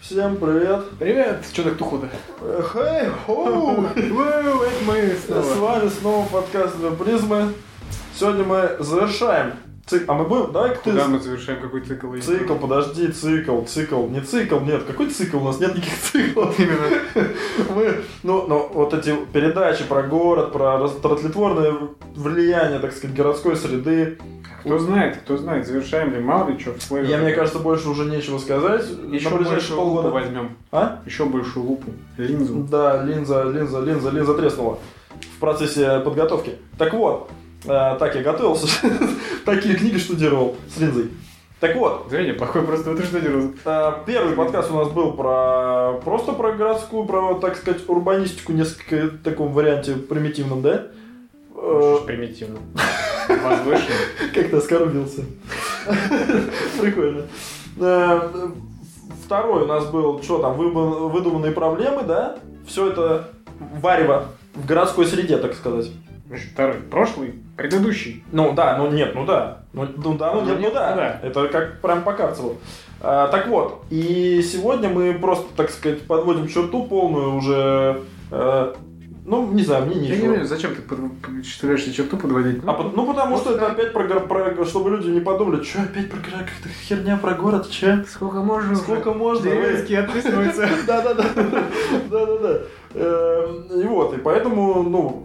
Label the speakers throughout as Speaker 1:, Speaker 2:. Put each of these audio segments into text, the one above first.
Speaker 1: Всем привет!
Speaker 2: Привет, что так тухло-то?
Speaker 1: Э, Хей, хоу!
Speaker 2: Вау, это мы
Speaker 1: С
Speaker 2: снова.
Speaker 1: вами снова подкаст «Две призмы». Сегодня мы завершаем цикл. А мы будем? Давай ты
Speaker 2: Куда мы завершаем какой цикл?
Speaker 1: цикл, подожди, цикл, цикл, не цикл, нет, какой цикл у нас? Нет никаких циклов.
Speaker 2: Именно.
Speaker 1: Мы, ну, ну, вот эти передачи про город, про раз- тротлетворное влияние, так сказать, городской среды.
Speaker 2: Кто знает, кто знает, завершаем ли, мало ли что. всплывет.
Speaker 1: Я, мне кажется, больше уже нечего сказать.
Speaker 2: еще
Speaker 1: На ближайшие
Speaker 2: большую лупу возьмем.
Speaker 1: А?
Speaker 2: Еще большую лупу. Линзу.
Speaker 1: Да, линза, линза, линза, линза треснула в процессе подготовки. Так вот, э, так я готовился, такие книги штудировал с линзой. Так вот,
Speaker 2: Зрение плохое просто в этой штуке.
Speaker 1: э, первый подкаст у нас был про просто про городскую, про, так сказать, урбанистику, несколько в таком варианте примитивном, да? Э,
Speaker 2: Примитивно. Возвышенно.
Speaker 1: Как ты оскорбился. Прикольно. Э, Второй у нас был, что там, выбо- выдуманные проблемы, да? Все это варево в городской среде, так сказать.
Speaker 2: Значит, Второй. Прошлый. Предыдущий.
Speaker 1: Ну да, ну нет, ну да. Ну, ну да, ну,
Speaker 2: Ну
Speaker 1: нет, ну
Speaker 2: нет,
Speaker 1: да.
Speaker 2: ну да.
Speaker 1: Это как прям по Карцеву. А, так вот, и сегодня мы просто, так сказать, подводим черту полную уже... э, ну, не знаю, мне
Speaker 2: Я не
Speaker 1: нечего.
Speaker 2: понимаю, зачем ты под- считаешь черту подводить?
Speaker 1: А по- ну, потому что это опять про, гор- про- Чтобы люди не подумали, что опять про город, какая-то херня про город, че?
Speaker 2: Сколько можно?
Speaker 1: Сколько можно? вы?»
Speaker 2: Деревенские отписываются.
Speaker 1: Да-да-да. Да-да-да. Э, И вот, и поэтому, ну,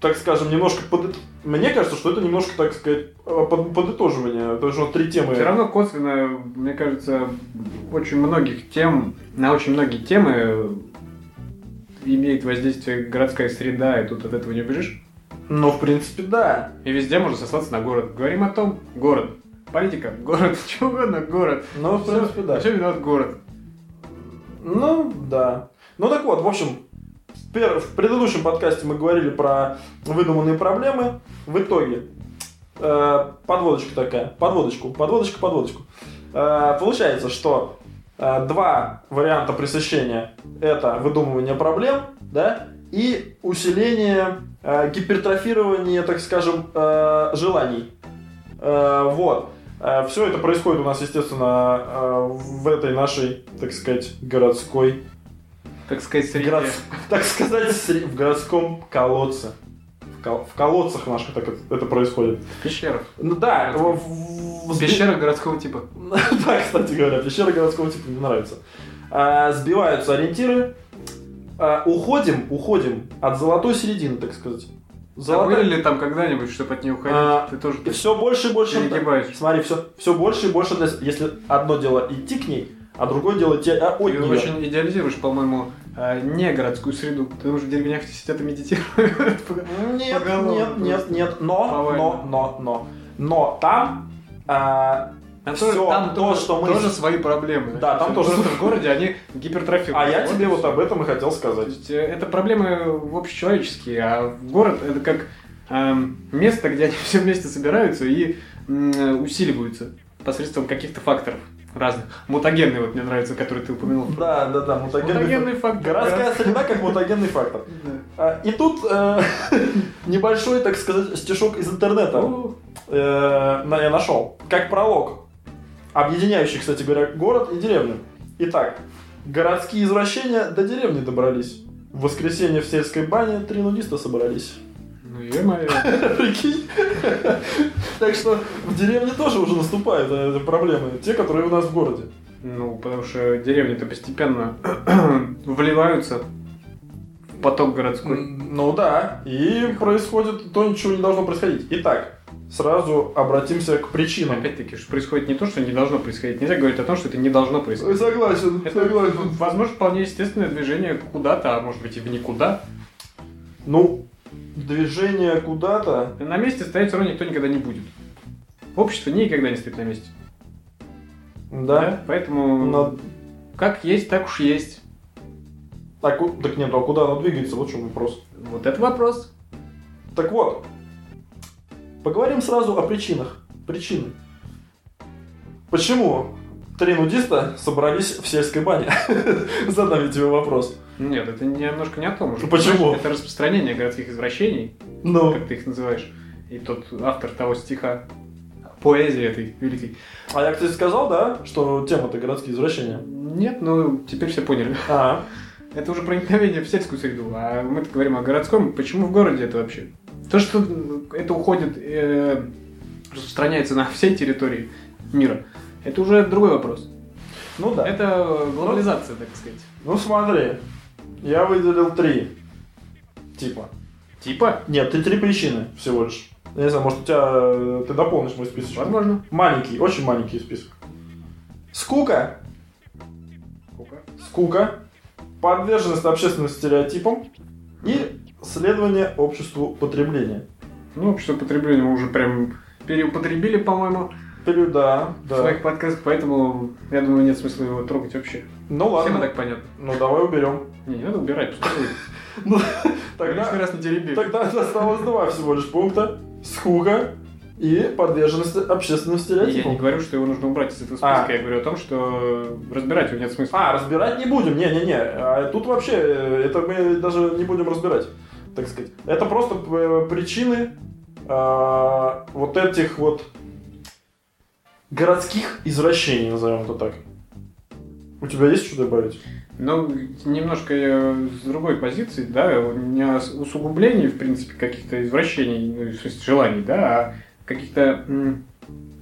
Speaker 1: так скажем, немножко под... Мне кажется, что это немножко, так сказать, э, под- подытоживание, потому что три темы.
Speaker 2: Все равно косвенно, мне кажется, очень многих тем, на очень многие темы э, имеет воздействие городская среда, и тут от этого не убежишь.
Speaker 1: Ну, в принципе, да.
Speaker 2: И везде можно сослаться на город. Говорим о том, город. Политика, город, чего угодно, город.
Speaker 1: Ну, в принципе, да.
Speaker 2: Все виноват город.
Speaker 1: Ну, да. Ну, так вот, в общем, в, пер- в предыдущем подкасте мы говорили про выдуманные проблемы. В итоге, э, подводочка такая, подводочку, подводочка, подводочку. Э, получается, что э, два варианта пресыщения – это выдумывание проблем, да, и усиление, э, гипертрофирование, так скажем, э, желаний. Э, вот. Все это происходит у нас, естественно, э, в этой нашей, так сказать, городской,
Speaker 2: Так сказать, среде.
Speaker 1: городс- так сказать, сре- в городском колодце. В, кол- в колодцах наших так это, это происходит.
Speaker 2: В пещерах.
Speaker 1: Ну да,
Speaker 2: Городском.
Speaker 1: Ну, в- в-
Speaker 2: В пещерах городского типа.
Speaker 1: да, кстати говоря, пещера городского типа мне нравится. А, Сбиваются ориентиры. А, Уходим, уходим от золотой середины, так сказать.
Speaker 2: Забыли
Speaker 1: Золотая...
Speaker 2: ли там когда-нибудь, чтобы от нее
Speaker 1: А,
Speaker 2: уходить? Ты тоже
Speaker 1: И все больше и больше...
Speaker 2: перегибаешь.
Speaker 1: Смотри, все, все больше и больше, для... если одно дело идти к ней, а другое дело идти а, от
Speaker 2: Ты
Speaker 1: нее.
Speaker 2: очень идеализируешь, по-моему, э, не городскую среду. Ты уже в деревнях сидят и медитируют.
Speaker 1: Нет,
Speaker 2: Поголовно
Speaker 1: нет, нет,
Speaker 2: просто.
Speaker 1: нет, но,
Speaker 2: Повально.
Speaker 1: но, но, но, но там, а,
Speaker 2: Там
Speaker 1: Всё,
Speaker 2: тоже, там
Speaker 1: то,
Speaker 2: тоже,
Speaker 1: что мы-
Speaker 2: тоже свои проблемы.
Speaker 1: Да, там тоже.
Speaker 2: Просто в городе они гипертрофируют.
Speaker 1: а я тебе вот
Speaker 2: там.
Speaker 1: об этом и хотел сказать.
Speaker 2: э, Это проблемы э, общечеловеческие, а город это как эм, место, где они все вместе собираются и м, э, усиливаются посредством каких-то факторов разных. Мутагенный вот мне нравится, который ты упомянул.
Speaker 1: Да, да, да, мутагенный
Speaker 2: Мутагенный
Speaker 1: фактор.
Speaker 2: фактор.
Speaker 1: Городская среда как мутагенный фактор.
Speaker 2: Да.
Speaker 1: А, И тут э, небольшой, так сказать, стишок из интернета
Speaker 2: О,
Speaker 1: э, на- я нашел. Как пролог, объединяющий, кстати говоря, город и деревню. Итак, городские извращения до деревни добрались. В воскресенье в сельской бане три нудиста собрались.
Speaker 2: Ну, е-мое.
Speaker 1: Прикинь. Так что в деревне тоже уже наступают э, проблемы, те, которые у нас в городе.
Speaker 2: Ну, потому что деревни-то постепенно вливаются в поток городской.
Speaker 1: Ну да, и происходит то, ничего не должно происходить. Итак, сразу обратимся к причинам.
Speaker 2: Опять-таки, что происходит не то, что не должно происходить. Нельзя говорить о том, что это не должно происходить.
Speaker 1: Согласен,
Speaker 2: Это, возможно, вполне естественное движение куда-то, а может быть и в никуда.
Speaker 1: Ну, движение куда-то...
Speaker 2: На месте стоять все равно никто никогда не будет. Общество никогда не стоит на месте.
Speaker 1: Да.
Speaker 2: Да? Поэтому
Speaker 1: На-
Speaker 2: как есть, так уж есть.
Speaker 1: Так, у- так нет, а куда оно двигается? Вот в чем вопрос.
Speaker 2: Вот это вопрос.
Speaker 1: Так вот, поговорим сразу о причинах. Причины. Почему три нудиста собрались в сельской бане? Задам я тебе вопрос.
Speaker 2: Нет, это немножко не о том. уже.
Speaker 1: Ну почему?
Speaker 2: Это распространение городских извращений,
Speaker 1: Ну,
Speaker 2: как ты их называешь. И тот автор того стиха поэзии этой великой.
Speaker 1: А я, кстати, сказал, да, что тема-то городские извращения.
Speaker 2: Нет, ну теперь все поняли.
Speaker 1: А,
Speaker 2: Это уже проникновение в сельскую среду, а мы говорим о городском. Почему в городе это вообще? То, что это уходит, э, распространяется на всей территории мира, это уже другой вопрос.
Speaker 1: ну да.
Speaker 2: Это глобализация, так сказать.
Speaker 1: Ну смотри, я выделил три типа.
Speaker 2: Типа?
Speaker 1: Нет, ты три причины всего лишь. Я не знаю, может у тебя э, ты дополнишь мой список.
Speaker 2: Возможно.
Speaker 1: Маленький, очень маленький список. Скука, скука, подверженность общественным стереотипам и следование обществу потребления.
Speaker 2: Ну, общество потребления мы уже прям переупотребили, по-моему,
Speaker 1: Пере- Да,
Speaker 2: в
Speaker 1: да.
Speaker 2: своих подкастах, поэтому я думаю, нет смысла его трогать вообще.
Speaker 1: Ну
Speaker 2: Всем и
Speaker 1: ладно,
Speaker 2: так понятно.
Speaker 1: ну давай уберем.
Speaker 2: Не, не надо убирать, пускай будет.
Speaker 1: Ну,
Speaker 2: Лишний раз не тереби.
Speaker 1: Тогда осталось два всего лишь пункта. Скука и подверженность общественным
Speaker 2: И Я не
Speaker 1: стереотипам.
Speaker 2: говорю, что его нужно убрать из этого
Speaker 1: А.
Speaker 2: списка, я говорю о том, что разбирать его нет смысла.
Speaker 1: А, разбирать не будем, не-не-не. А тут вообще, э, это мы даже не будем разбирать, так сказать. Это просто э, причины э, вот этих вот городских извращений, назовем это так. У тебя есть что добавить?
Speaker 2: Ну, немножко я с другой позиции, да, у меня с- усугубление, в принципе, каких-то извращений, ну, в смысле, желаний, да, а каких-то м,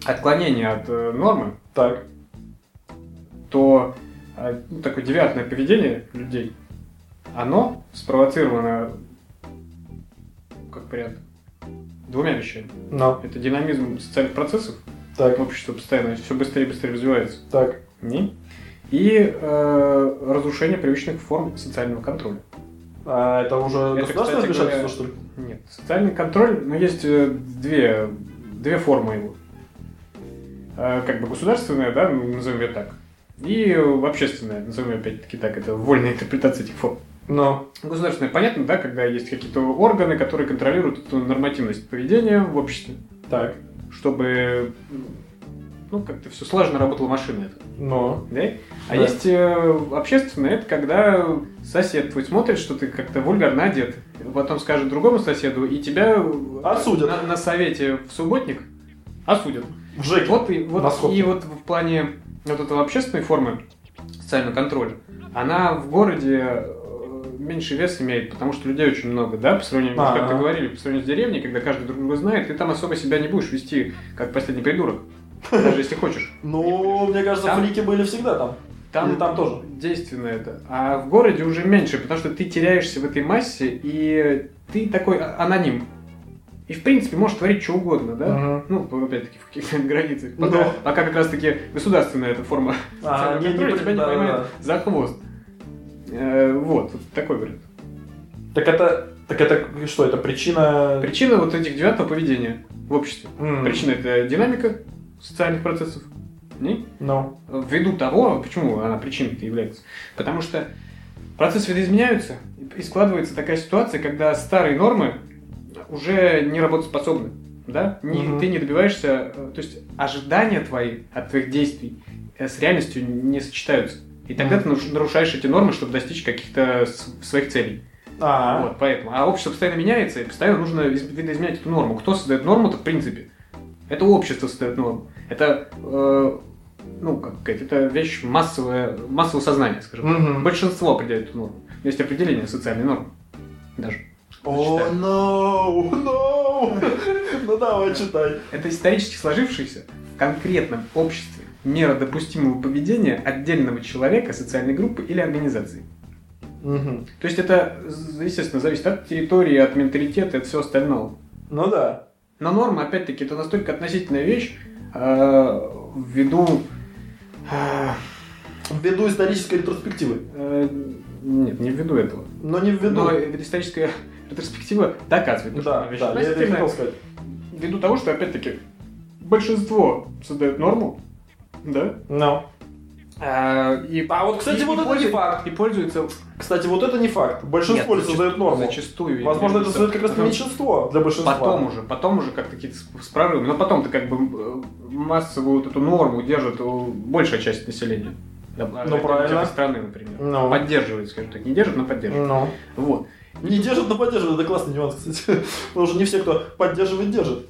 Speaker 2: отклонений от э, нормы,
Speaker 1: Так,
Speaker 2: то э, ну, такое девиантное поведение людей, оно спровоцировано, как вариант, двумя вещами.
Speaker 1: ну,
Speaker 2: Это динамизм социальных процессов,
Speaker 1: так,
Speaker 2: общество постоянно все быстрее и быстрее развивается,
Speaker 1: так.
Speaker 2: Не? и э, разрушение привычных форм социального контроля.
Speaker 1: А это уже государственное
Speaker 2: кстати
Speaker 1: вмешательство,
Speaker 2: говоря,
Speaker 1: что ли?
Speaker 2: Нет, социальный контроль, но есть э, две, две формы его. Э, Как бы государственная, да, ну, назовем ее так, и э, общественная, назовем ее опять-таки так, это вольная интерпретация этих форм.
Speaker 1: Ну,
Speaker 2: Государственная, понятно, да, когда есть какие-то органы, которые контролируют эту нормативность поведения в обществе,
Speaker 1: так,
Speaker 2: чтобы, ну, как-то все слаженно работала машина эта.
Speaker 1: ну,
Speaker 2: Да?
Speaker 1: Да.
Speaker 2: А есть э, общественное, это когда сосед твой смотрит, что ты как-то вульгарно одет, потом скажет другому соседу, и тебя э,
Speaker 1: Осудят.
Speaker 2: На, на совете в субботник осудят.
Speaker 1: в ЖЭКе.
Speaker 2: Вот и,
Speaker 1: На
Speaker 2: вот,
Speaker 1: сходке.
Speaker 2: и вот в плане вот этого общественной формы социального контроля, она в городе э, меньше вес имеет, потому что людей очень много, да, по сравнению, вот как
Speaker 1: Ага.
Speaker 2: ты говорили, по сравнению с деревней, когда каждый друг друга знает, ты там особо себя не будешь вести, как последний придурок, даже если хочешь.
Speaker 1: Ну, мне кажется,
Speaker 2: Там-
Speaker 1: фрики были всегда там. Или там тоже?
Speaker 2: действенно это. А в городе уже меньше, потому что ты теряешься в этой массе, и ты такой а- аноним. И, в принципе, можешь творить что угодно, да?
Speaker 1: Мгм.
Speaker 2: Ну, опять-таки, в каких-то границах.
Speaker 1: Ну.
Speaker 2: Пока, пока как раз-таки государственная эта форма
Speaker 1: А, не- не
Speaker 2: контроля
Speaker 1: при-
Speaker 2: тебя не
Speaker 1: да, да,
Speaker 2: поймает
Speaker 1: да.
Speaker 2: за хвост. Э, вот, вот такой вариант.
Speaker 1: Так это, так это что, это причина...
Speaker 2: Причина вот этих девятого поведения в обществе.
Speaker 1: М,
Speaker 2: Причина это динамика социальных процессов. Не?
Speaker 1: Ну,
Speaker 2: ввиду того, почему она причиной-то является. Потому что процессы видоизменяются, и складывается такая ситуация, когда старые нормы уже не работоспособны. Да? Не-
Speaker 1: Мгм.
Speaker 2: Ты не добиваешься, э, то есть ожидания твои от твоих действий э, с реальностью не сочетаются. И тогда ты наруш- нарушаешь эти нормы, чтобы достичь каких-то с- своих целей.
Speaker 1: а,
Speaker 2: Вот, поэтому. А общество постоянно меняется, и постоянно нужно из- видоизменять эту норму. Кто создает норму-то в принципе? Это общество создает норму. Это, э, ну, как сказать, это вещь массовая, массового сознания, скажем.
Speaker 1: Мгм.
Speaker 2: Большинство определяет эту норму. Есть определение социальной нормы. Даже.
Speaker 1: О,
Speaker 2: зачитаю.
Speaker 1: no, no. Ну давай, читай.
Speaker 2: Это исторически сложившееся в конкретном обществе мера допустимого поведения отдельного человека, социальной группы или организации.
Speaker 1: Мгм.
Speaker 2: То есть это, з- естественно, зависит от территории, от менталитета, от всего остального.
Speaker 1: Ну да.
Speaker 2: Но норма, опять-таки, это настолько относительная вещь, э, ввиду... э,
Speaker 1: Ввиду исторической ретроспективы.
Speaker 2: э, нет, не ввиду этого.
Speaker 1: Но не ввиду...
Speaker 2: Но историческая ретроспектива доказывает, то, что она
Speaker 1: Да,
Speaker 2: вещь
Speaker 1: да, я это и
Speaker 2: относительная,
Speaker 1: хотел сказать.
Speaker 2: Ввиду того, что, опять-таки, большинство создает норму, да?
Speaker 1: Ну.
Speaker 2: А, и,
Speaker 1: А вот, кстати,
Speaker 2: и-
Speaker 1: вот
Speaker 2: и
Speaker 1: это не
Speaker 2: пользует-
Speaker 1: факт.
Speaker 2: И пользуется...
Speaker 1: Кстати, вот это не факт. Большинство ли
Speaker 2: Нет, зачаст-
Speaker 1: создает норму?
Speaker 2: Зачастую. я
Speaker 1: Возможно,
Speaker 2: не
Speaker 1: это
Speaker 2: знаю,
Speaker 1: создает как раз
Speaker 2: потому-
Speaker 1: меньшинство для большинства.
Speaker 2: Потом уже, потом уже как-то какие-то с, с прорывами. Но потом-то как бы э, массовую вот эту норму держит э, большая часть населения. Да,
Speaker 1: Ну,
Speaker 2: э,
Speaker 1: правильно.
Speaker 2: тех страны, например.
Speaker 1: Ну.
Speaker 2: Поддерживает, скажем так. Не держит, но поддерживает.
Speaker 1: Ну.
Speaker 2: Вот.
Speaker 1: Не держит, но поддерживает. Это классный нюанс, кстати. Потому что не все, кто поддерживает, держит.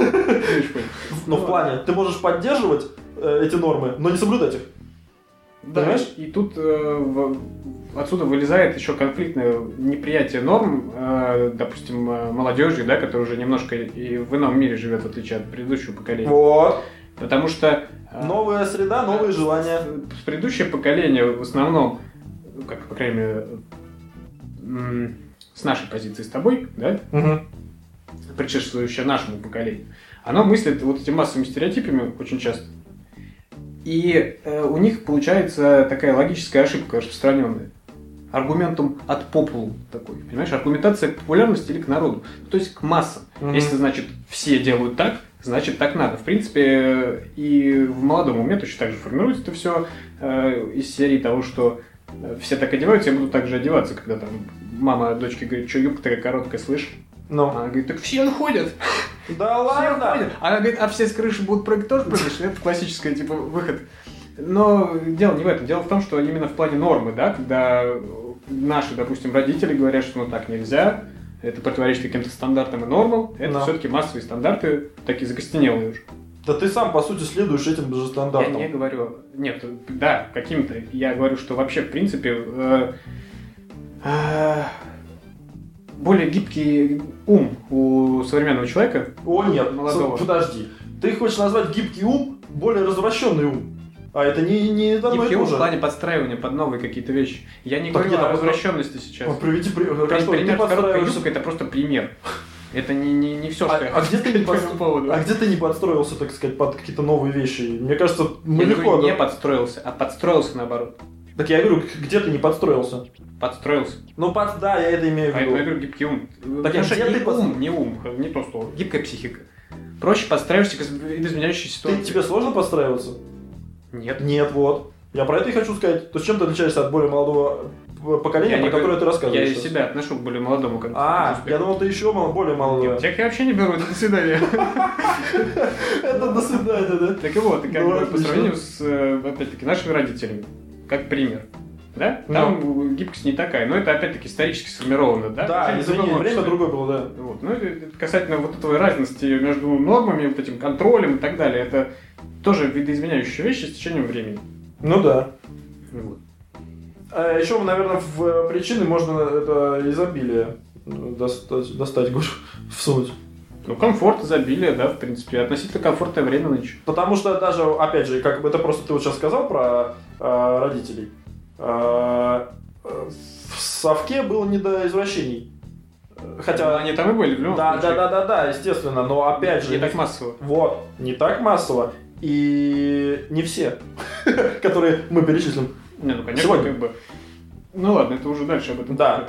Speaker 2: Видишь, понял.
Speaker 1: Но в плане, ты можешь поддерживать э, эти нормы, но не соблюдать их.
Speaker 2: Да,
Speaker 1: Понимаешь?
Speaker 2: и тут э, в- отсюда вылезает еще конфликтное неприятие норм, э, допустим, э, молодежью, да, которая уже немножко и в ином мире живет, в отличие от предыдущего поколения.
Speaker 1: Вот.
Speaker 2: Потому что э,
Speaker 1: Новая среда, новые желания.
Speaker 2: с- с предыдущее поколение в основном, ну, как, по крайней мере, м, с нашей позиции с тобой, да, предшествующее нашему поколению, оно мыслит вот этими массовыми стереотипами очень часто. И э, у них получается такая логическая ошибка распространенная. Аргументом от популу такой, понимаешь? Аргументация к популярности или к народу, то есть к массам.
Speaker 1: Мгм.
Speaker 2: Если, значит, все делают так, значит, так надо. В принципе, э, и в молодом уме точно так же формируется это все из серии того, что э, все так одеваются, я буду так же одеваться, когда там мама дочке говорит, что юбка такая короткая, слышь?
Speaker 1: Ну.
Speaker 2: Она говорит, так все ходят.
Speaker 1: Да
Speaker 2: Все
Speaker 1: ладно.
Speaker 2: ходят. Она говорит, а все с крыши будут прыгать, тоже прыгаешь? Это классическая, типа, выход. Но дело не в этом. Дело в том, что именно в плане нормы, да, когда наши, допустим, родители говорят, что ну так нельзя, это противоречит каким-то стандартам и нормам, это
Speaker 1: Да.
Speaker 2: все-таки массовые стандарты, такие закостенелые уже.
Speaker 1: Да ты сам, по сути, следуешь этим же
Speaker 2: я не
Speaker 1: стандартам.
Speaker 2: говорю, нет, да, каким-то. Я говорю, что вообще, в принципе, э, э, более гибкий ум у современного человека,
Speaker 1: О, нет,
Speaker 2: Молодого.
Speaker 1: с- подожди. Ты хочешь назвать гибкий ум более развращенный ум. А это не, не одно и
Speaker 2: Гибкий ум
Speaker 1: то
Speaker 2: в
Speaker 1: же.
Speaker 2: плане подстраивания под новые какие-то вещи. Я не
Speaker 1: Так
Speaker 2: говорю
Speaker 1: нет,
Speaker 2: о
Speaker 1: а вот-
Speaker 2: возвращенности сейчас.
Speaker 1: Вот Приведи при-
Speaker 2: При-
Speaker 1: как что, ты
Speaker 2: пример с короткой
Speaker 1: подстраиваешься-
Speaker 2: юбкой это просто пример. Это не, не, не все,
Speaker 1: А-
Speaker 2: что я
Speaker 1: а
Speaker 2: хочу
Speaker 1: где ты
Speaker 2: сказать по
Speaker 1: пос-
Speaker 2: этому поводу.
Speaker 1: А где ты не подстроился, так сказать, под какие-то новые вещи? Мне кажется, мы
Speaker 2: Я не
Speaker 1: легко.
Speaker 2: говорю, не
Speaker 1: да.
Speaker 2: подстроился, а подстроился наоборот.
Speaker 1: Так я говорю, где ты не подстроился?
Speaker 2: Подстроился.
Speaker 1: Ну, под... да, я это имею в
Speaker 2: Поэтому А я
Speaker 1: виду.
Speaker 2: говорю гибкий ум.
Speaker 1: Так а
Speaker 2: Потому что
Speaker 1: где
Speaker 2: не
Speaker 1: ты пос-
Speaker 2: ум, не ум, не то слово. Гибкая психика. Проще подстраиваешься к из- изменяющей
Speaker 1: Ты,
Speaker 2: ситуации.
Speaker 1: тебе сложно подстраиваться?
Speaker 2: Нет.
Speaker 1: Нет, вот. Я про это и хочу сказать. То есть чем ты отличаешься от более молодого э, поколения,
Speaker 2: Я не
Speaker 1: про которое
Speaker 2: говорю-
Speaker 1: ты
Speaker 2: Я
Speaker 1: рассказываешь?
Speaker 2: и
Speaker 1: сейчас?
Speaker 2: себя отношу к более молодому. как-
Speaker 1: А,
Speaker 2: к
Speaker 1: я думал, ты еще мол- более молодой.
Speaker 2: Нет, тех я вообще не беру, до свидания.
Speaker 1: Это до свидания, да?
Speaker 2: Так и вот, и как
Speaker 1: Ну,
Speaker 2: бы по
Speaker 1: отлично.
Speaker 2: сравнению с, э, опять-таки, нашими родителями, как пример, да?
Speaker 1: Ну.
Speaker 2: Там э, гибкость не такая, но это, опять-таки, исторически сформировано, да?
Speaker 1: Да,
Speaker 2: Хотя
Speaker 1: извини,
Speaker 2: другое
Speaker 1: время
Speaker 2: общество.
Speaker 1: другое было, да.
Speaker 2: Вот. Ну, это это касательно вот этой разности между нормами, вот этим контролем и так далее, это тоже видоизменяющие вещи с течением времени.
Speaker 1: Ну да.
Speaker 2: Вот.
Speaker 1: А еще, наверное, в э, причины можно это изобилие э, достать, достать Гош, всунуть.
Speaker 2: Ну, комфорт, изобилие, да, в принципе, относительно комфортное время нынче.
Speaker 1: Потому что даже, опять же, как бы это просто ты вот сейчас сказал про э, родителей. Э, э, в совке было не до извращений. Э,
Speaker 2: Ну,
Speaker 1: Хотя...
Speaker 2: они там и были, в любом
Speaker 1: Да, да,
Speaker 2: случае.
Speaker 1: да, да, да, естественно, но опять же...
Speaker 2: Не так массово.
Speaker 1: Вот, не так массово. И не все, которые мы перечислим.
Speaker 2: Не, ну, конечно,
Speaker 1: Сегодня.
Speaker 2: как бы. Ну ладно, это уже дальше об этом.
Speaker 1: Да.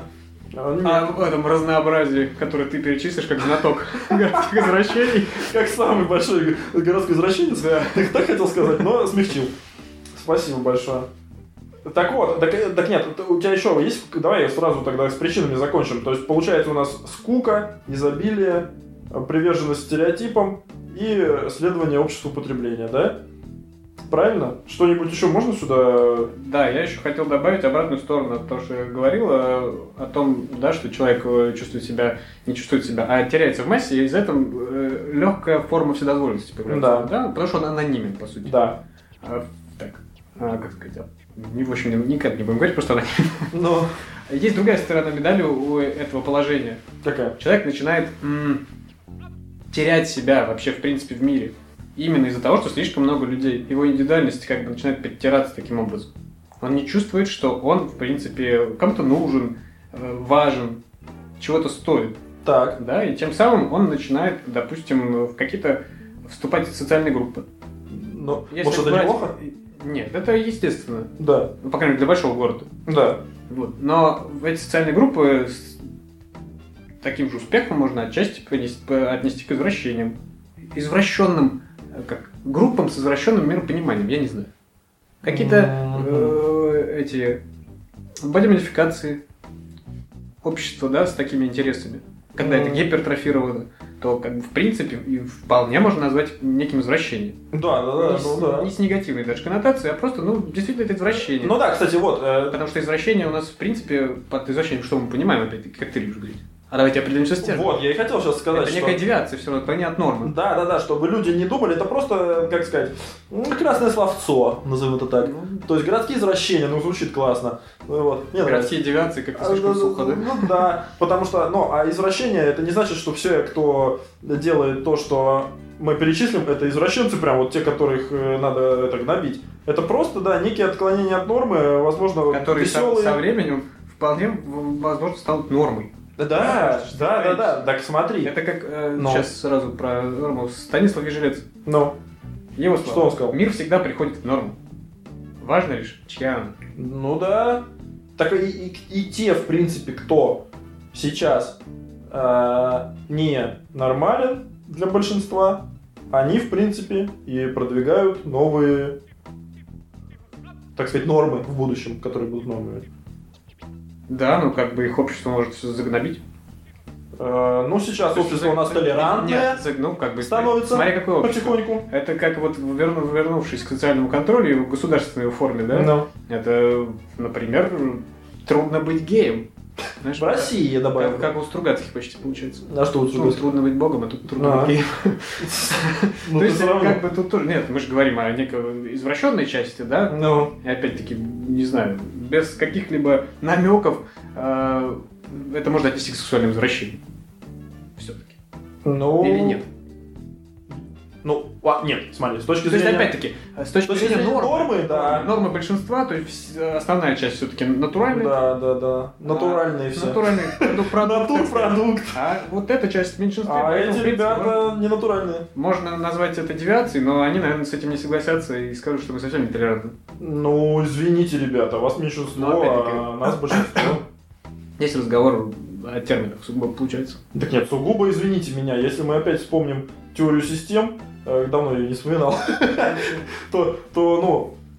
Speaker 1: Э, не-
Speaker 2: А в этом разнообразии, которое ты перечислишь как знаток городских извращений.
Speaker 1: Как самый большой городской извращенец. Ты так хотел сказать, но смягчил. Спасибо большое. Так вот, так, э, так нет, т- у тебя еще есть... Давай сразу тогда с причинами закончим. То есть получается у нас скука, изобилие, э, приверженность стереотипам и э, следование обществу потребления, да? Правильно? Что-нибудь еще можно сюда?
Speaker 2: Да, я еще хотел добавить обратную сторону от того, что я говорил, э, о том, да, что человек э, чувствует себя, не чувствует себя, а теряется в массе, и из-за этого э, легкая форма вседозволенности появляется. Да. Потому что он анонимен, по сути.
Speaker 1: Да.
Speaker 2: А, так, а, как сказать, а, не, в общем, ни- никак не будем говорить, просто анонимен.
Speaker 1: Ну,
Speaker 2: Есть другая сторона медали у этого положения.
Speaker 1: какая?
Speaker 2: человек начинает м, терять себя вообще, в принципе, в мире. Именно из-за того, что слишком много людей. Его индивидуальность как бы начинает подтираться таким образом. Он не чувствует, что он, в принципе, кому-то нужен, э, важен, чего-то стоит.
Speaker 1: Так.
Speaker 2: Да? И тем самым он начинает, допустим, в какие-то вступать в социальные группы.
Speaker 1: Ну,
Speaker 2: Если
Speaker 1: может, это
Speaker 2: брать-
Speaker 1: неплохо?
Speaker 2: Нет, это естественно.
Speaker 1: Да.
Speaker 2: Ну, по крайней мере, для большого города.
Speaker 1: Да.
Speaker 2: Вот. Но в эти социальные группы с таким же успехом можно отчасти принес- по- отнести к извращениям. Извращенным, э, как группам с извращенным миропониманием, я не знаю. Какие-то э, эти бодимодификации общества, да, с такими интересами. Когда это
Speaker 1: Мгм.
Speaker 2: гипертрофировано, то как бы в принципе и вполне можно назвать неким извращением.
Speaker 1: Да, да, да,
Speaker 2: не, с,
Speaker 1: ну да.
Speaker 2: не с негативной даже коннотацией, а просто, ну, действительно, это извращение.
Speaker 1: Ну да, кстати, вот, э,
Speaker 2: Потому что извращение у нас, в принципе, под извращением, что мы понимаем, опять-таки, как ты любишь говорить? А давайте определимся с термином.
Speaker 1: Вот, я и хотел сейчас сказать,
Speaker 2: это
Speaker 1: что...
Speaker 2: некая девиация все равно, отклонение от нормы.
Speaker 1: Да, да, да, чтобы люди не думали, это просто, как сказать, ну, красное словцо, назовем это так.
Speaker 2: Ну,
Speaker 1: То есть городские извращения, ну звучит классно. Ну, Вот. Мне нравится.
Speaker 2: Городские девиации как-то
Speaker 1: А,
Speaker 2: слишком
Speaker 1: ну,
Speaker 2: сухо, да?
Speaker 1: Ну да, потому что, ну, а извращение, это не значит, что все, кто делает то, что мы перечислим, это извращенцы прям, вот те, которых э, надо это, гнобить. Это просто, да, некие отклонения от нормы, возможно,
Speaker 2: Которые со,
Speaker 1: веселые.
Speaker 2: со временем вполне, в- возможно, станут нормой.
Speaker 1: Да, да, да, да, да, так смотри.
Speaker 2: Это как... э,
Speaker 1: Но.
Speaker 2: Сейчас сразу про норму. Станислав Ежелец.
Speaker 1: Ну,
Speaker 2: Его
Speaker 1: что
Speaker 2: слова.
Speaker 1: он сказал?
Speaker 2: Мир всегда приходит в норму. Важно лишь, чья она.
Speaker 1: Ну да. Так и, и- и те, в принципе, кто сейчас э, не нормален для большинства, они, в принципе, и продвигают новые, так сказать, нормы в будущем, которые будут новыми.
Speaker 2: Да, ну как бы их общество может все загнобить.
Speaker 1: Э, ну, сейчас
Speaker 2: То есть
Speaker 1: общество у нас
Speaker 2: заг-
Speaker 1: толерантное
Speaker 2: Нет, заг- ну как бы...
Speaker 1: становится
Speaker 2: Смотри, какое общество.
Speaker 1: потихоньку.
Speaker 2: Это как вот верну- вернувшись к социальному контролю и в государственной форме, да?
Speaker 1: Ну,
Speaker 2: Это, например, трудно быть геем. Знаешь,
Speaker 1: В России я добавил.
Speaker 2: Как, как у Стругацких почти получается.
Speaker 1: А что у тебя?
Speaker 2: Ну, трудно быть богом, а тут трудно
Speaker 1: А.
Speaker 2: быть геем.
Speaker 1: Ну,
Speaker 2: То
Speaker 1: ты
Speaker 2: есть,
Speaker 1: всё равно.
Speaker 2: как бы тут тоже, нет, мы же говорим о некой извращенной части, да?
Speaker 1: Ну,
Speaker 2: И опять-таки, не знаю, без каких-либо намеков э, это можно отнести к сексуальному извращению. Все-таки.
Speaker 1: ну...
Speaker 2: Или нет?
Speaker 1: Ну, а, нет, смотри, с точки
Speaker 2: То есть,
Speaker 1: зрения...
Speaker 2: опять-таки, с точки,
Speaker 1: точки
Speaker 2: зрения
Speaker 1: зрения
Speaker 2: нормы,
Speaker 1: нормы, да.
Speaker 2: нормы большинства, то есть вс- основная часть все-таки натуральная.
Speaker 1: Да, да, да.
Speaker 2: а,
Speaker 1: Натуральные все.
Speaker 2: Натуральные ну, продукты.
Speaker 1: Натурпродукт.
Speaker 2: А вот эта часть меньшинства.
Speaker 1: А
Speaker 2: поэтому,
Speaker 1: эти
Speaker 2: в принципе, можно-
Speaker 1: ребята не натуральные.
Speaker 2: Можно назвать это девиацией, но они, наверное, с этим не согласятся и скажут, что мы совсем не толерантны.
Speaker 1: Ну, извините, ребята, вас меньшинство,
Speaker 2: Ну, опять-таки.
Speaker 1: а нас большинство.
Speaker 2: Здесь разговор о терминах сугубо получается.
Speaker 1: Так нет, сугубо извините меня, если мы опять вспомним теорию систем, э, давно я не вспоминал, то, то,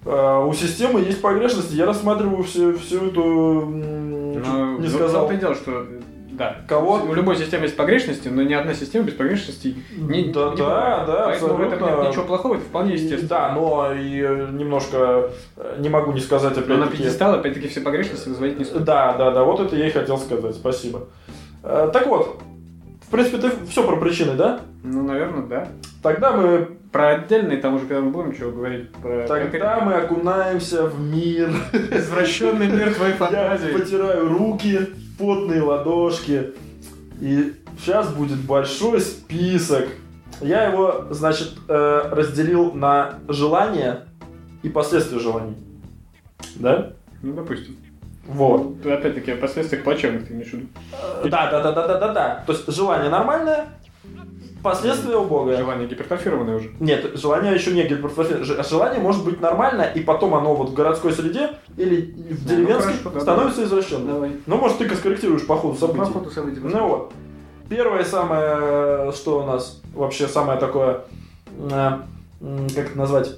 Speaker 1: ну, э, у системы есть погрешности, я рассматриваю всю, всю эту... м,
Speaker 2: Но
Speaker 1: чуть Ну, Не
Speaker 2: вот
Speaker 1: сказал.
Speaker 2: в том-то и дело, что э, да.
Speaker 1: Кого?
Speaker 2: У любой системы есть погрешности, но ни одна система без погрешностей
Speaker 1: Да,
Speaker 2: не не
Speaker 1: да,
Speaker 2: бывает.
Speaker 1: да,
Speaker 2: Поэтому в этом нет
Speaker 1: абсолютно.
Speaker 2: ничего плохого, это вполне естественно.
Speaker 1: Да, но и э, немножко э, не могу не сказать
Speaker 2: Но на
Speaker 1: опять-таки...
Speaker 2: пьедестал, опять-таки, все погрешности возводить не стоит.
Speaker 1: Да, да, да, вот это я и хотел сказать, спасибо. Э, Так вот, в принципе, ты все про причины, да?
Speaker 2: Ну, наверное, да.
Speaker 1: Тогда мы,
Speaker 2: Про отдельные, там уже когда мы будем чего говорить, про...
Speaker 1: тогда мы окунаемся в мир.
Speaker 2: Извращенный мир твоей
Speaker 1: Я
Speaker 2: фантазии.
Speaker 1: потираю руки, потные ладошки. И сейчас будет большой список. Я его, значит, э, разделил на желания и последствия желаний. Да?
Speaker 2: Ну, допустим.
Speaker 1: Вот.
Speaker 2: Опять-таки, о последствиях плачевных ты имеешь в виду.
Speaker 1: Э, Да, да, да, да, да, да, да. То есть желание нормальное, последствия убогое.
Speaker 2: Желание гипертрофированное уже.
Speaker 1: Нет, желание еще не гипертрофия. Ж- Желание может быть нормально, и потом оно вот в городской среде или в
Speaker 2: Ну,
Speaker 1: деревенской
Speaker 2: хорошо, да,
Speaker 1: становится извращенным.
Speaker 2: Давай.
Speaker 1: Ну, может, ты скорректируешь по ходу событий.
Speaker 2: ходу событий.
Speaker 1: Ну вот. Первое самое, что у нас вообще самое такое, э, м, как это назвать?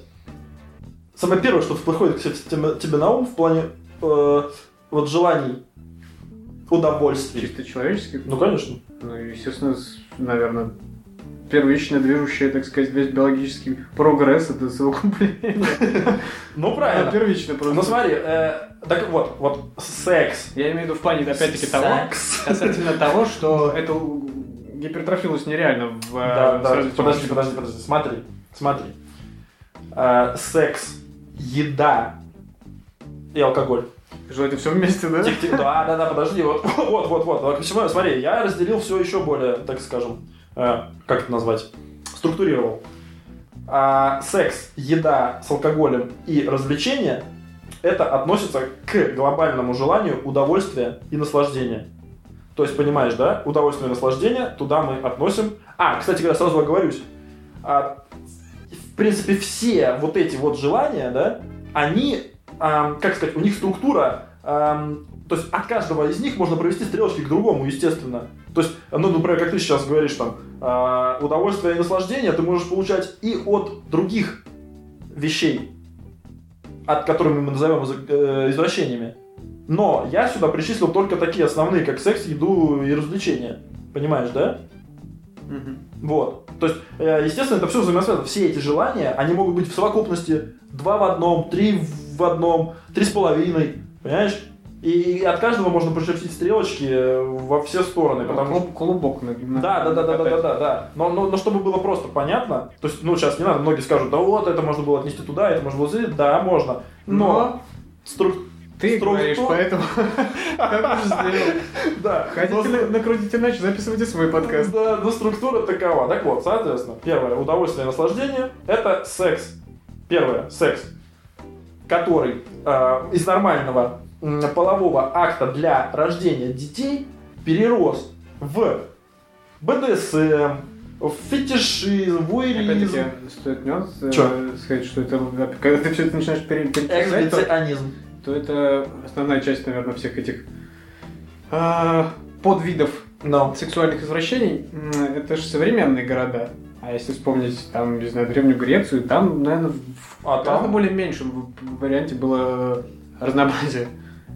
Speaker 1: Самое первое, что приходит к тебе, тебе на ум в плане э, вот желаний удовольствий.
Speaker 2: Чисто человеческий.
Speaker 1: Ну, конечно.
Speaker 2: Ну, естественно, с- наверное, первично движущая, так сказать, весь биологический прогресс это совокупление.
Speaker 1: Ну, правильно.
Speaker 2: Первично
Speaker 1: Ну,
Speaker 2: просто.
Speaker 1: смотри, э, так вот, вот секс.
Speaker 2: Я имею в виду в плане, опять-таки, того,
Speaker 1: Секс.
Speaker 2: касательно того, что это у- гипертрофилось нереально в э,
Speaker 1: Да, да,
Speaker 2: сразу
Speaker 1: подожди,
Speaker 2: тем-
Speaker 1: подожди, подожди, смотри, смотри. А, секс, еда и алкоголь.
Speaker 2: Что это все вместе, да?
Speaker 1: Тих- тих- Да, да, да, подожди, вот, вот, вот, вот. Почему? Смотри, я разделил все еще более, так скажем, э, как это назвать, структурировал. А, секс, еда с алкоголем и развлечения это относится к глобальному желанию удовольствия и наслаждения. То есть, понимаешь, да, удовольствие и наслаждение, туда мы относим... А, кстати, я сразу оговорюсь. А, в принципе, все вот эти вот желания, да, они, ам, как сказать, у них структура... ам, то есть от каждого из них можно провести стрелочки к другому, естественно. То есть, ну, например, как ты сейчас говоришь, там, а, удовольствие и наслаждение ты можешь получать и от других вещей, от которых мы назовем из- э, извращениями. Но я сюда причислил только такие основные, как секс, еду и развлечения. Понимаешь, да?
Speaker 2: Мгм.
Speaker 1: Вот. То есть, э, естественно, это все взаимосвязано. Все эти желания, они могут быть в совокупности два в одном, три в одном, три с половиной. Понимаешь? И от каждого можно прочертить стрелочки э, во все
Speaker 2: Ну,
Speaker 1: стороны, потому что...
Speaker 2: Клуб- Клубок на- на-
Speaker 1: Да, да, да, да, да, да,
Speaker 2: катать.
Speaker 1: да, да. Но, но, но чтобы было просто понятно, то есть, ну, сейчас не надо, многие скажут, да вот, это можно было отнести туда, это можно было здесь, да, можно. Но,
Speaker 2: Но
Speaker 1: стру-
Speaker 2: ты
Speaker 1: структура-
Speaker 2: говоришь, поэтому так уж сделал.
Speaker 1: да, но
Speaker 2: Хотите
Speaker 1: стру-
Speaker 2: на- накрутить иначе, записывайте свой подкаст.
Speaker 1: Да, но структура такова. Так вот, соответственно, первое удовольствие и наслаждение – это секс. Первое – секс, который э, из нормального м, полового акта для рождения детей перерос в БДСМ, в фетишизм, вуэризм,
Speaker 2: Опять-таки, стоит нюанс э,
Speaker 1: Чё?
Speaker 2: сказать, что это, когда ты все это начинаешь пере- перечислять, то-
Speaker 1: эксгибиционизм.
Speaker 2: то это основная часть, наверное, всех этих а, подвидов
Speaker 1: Но.
Speaker 2: сексуальных извращений. М, Это же современные города. А если вспомнить, там, не знаю, Древнюю Грецию, там, наверное, в
Speaker 1: А
Speaker 2: гораздо
Speaker 1: там?
Speaker 2: более меньшем в- варианте было разнообразие.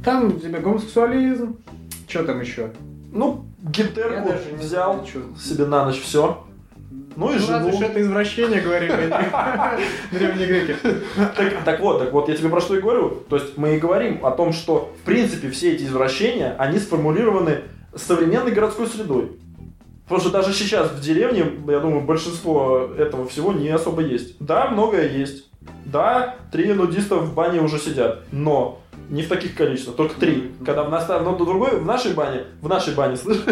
Speaker 2: Там у тебя гомосексуализм, что там еще?
Speaker 1: Ну, гитерку взял
Speaker 2: знаю, чё.
Speaker 1: себе на ночь все. Ну и
Speaker 2: Разве
Speaker 1: жену.
Speaker 2: ж это извращение, говорили эти древние греки.
Speaker 1: Так, так вот, так вот, я тебе про что и говорю. То есть мы и говорим о том, что в принципе все эти извращения, они сформулированы современной городской средой. Потому что даже сейчас в деревне, я думаю, большинство этого всего не особо есть. Да, многое есть. Да, три нудиста в бане уже сидят. Но не в таких количествах, только три. Когда в, наста... но другой, в нашей бане, в нашей бане, слышишь,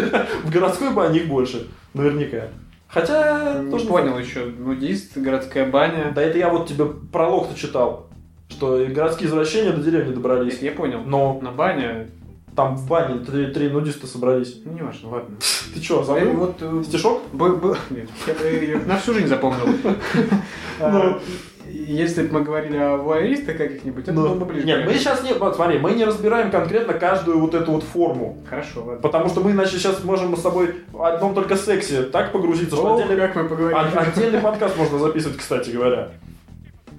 Speaker 1: в городской бане их больше, наверняка. Хотя...
Speaker 2: Не
Speaker 1: тоже не
Speaker 2: понял еще, нудист, городская баня.
Speaker 1: да это я вот тебе пролог-то читал, что и городские извращения до деревни
Speaker 2: Нет,
Speaker 1: добрались.
Speaker 2: Я понял.
Speaker 1: Но
Speaker 2: На баня,
Speaker 1: там в бане три, три нудиста собрались.
Speaker 2: ну не важно, ладно.
Speaker 1: Ты чё,
Speaker 2: Я
Speaker 1: забыл
Speaker 2: Вот э,
Speaker 1: стишок?
Speaker 2: Бы- бы- Нет, я бы её на всю жизнь запомнил.
Speaker 1: Ну.
Speaker 2: А, Если бы мы говорили о вуайеристах каких-нибудь, это
Speaker 1: Ну,
Speaker 2: было бы ближе.
Speaker 1: Нет, мы
Speaker 2: конечно.
Speaker 1: сейчас не... Вот смотри, мы не разбираем конкретно каждую вот эту вот форму.
Speaker 2: Хорошо, ладно.
Speaker 1: Потому что мы иначе сейчас можем с собой в одном только сексе так погрузиться, что
Speaker 2: О,
Speaker 1: отдельный,
Speaker 2: как мы
Speaker 1: от-
Speaker 2: поговорили.
Speaker 1: отдельный подкаст можно записывать, кстати говоря.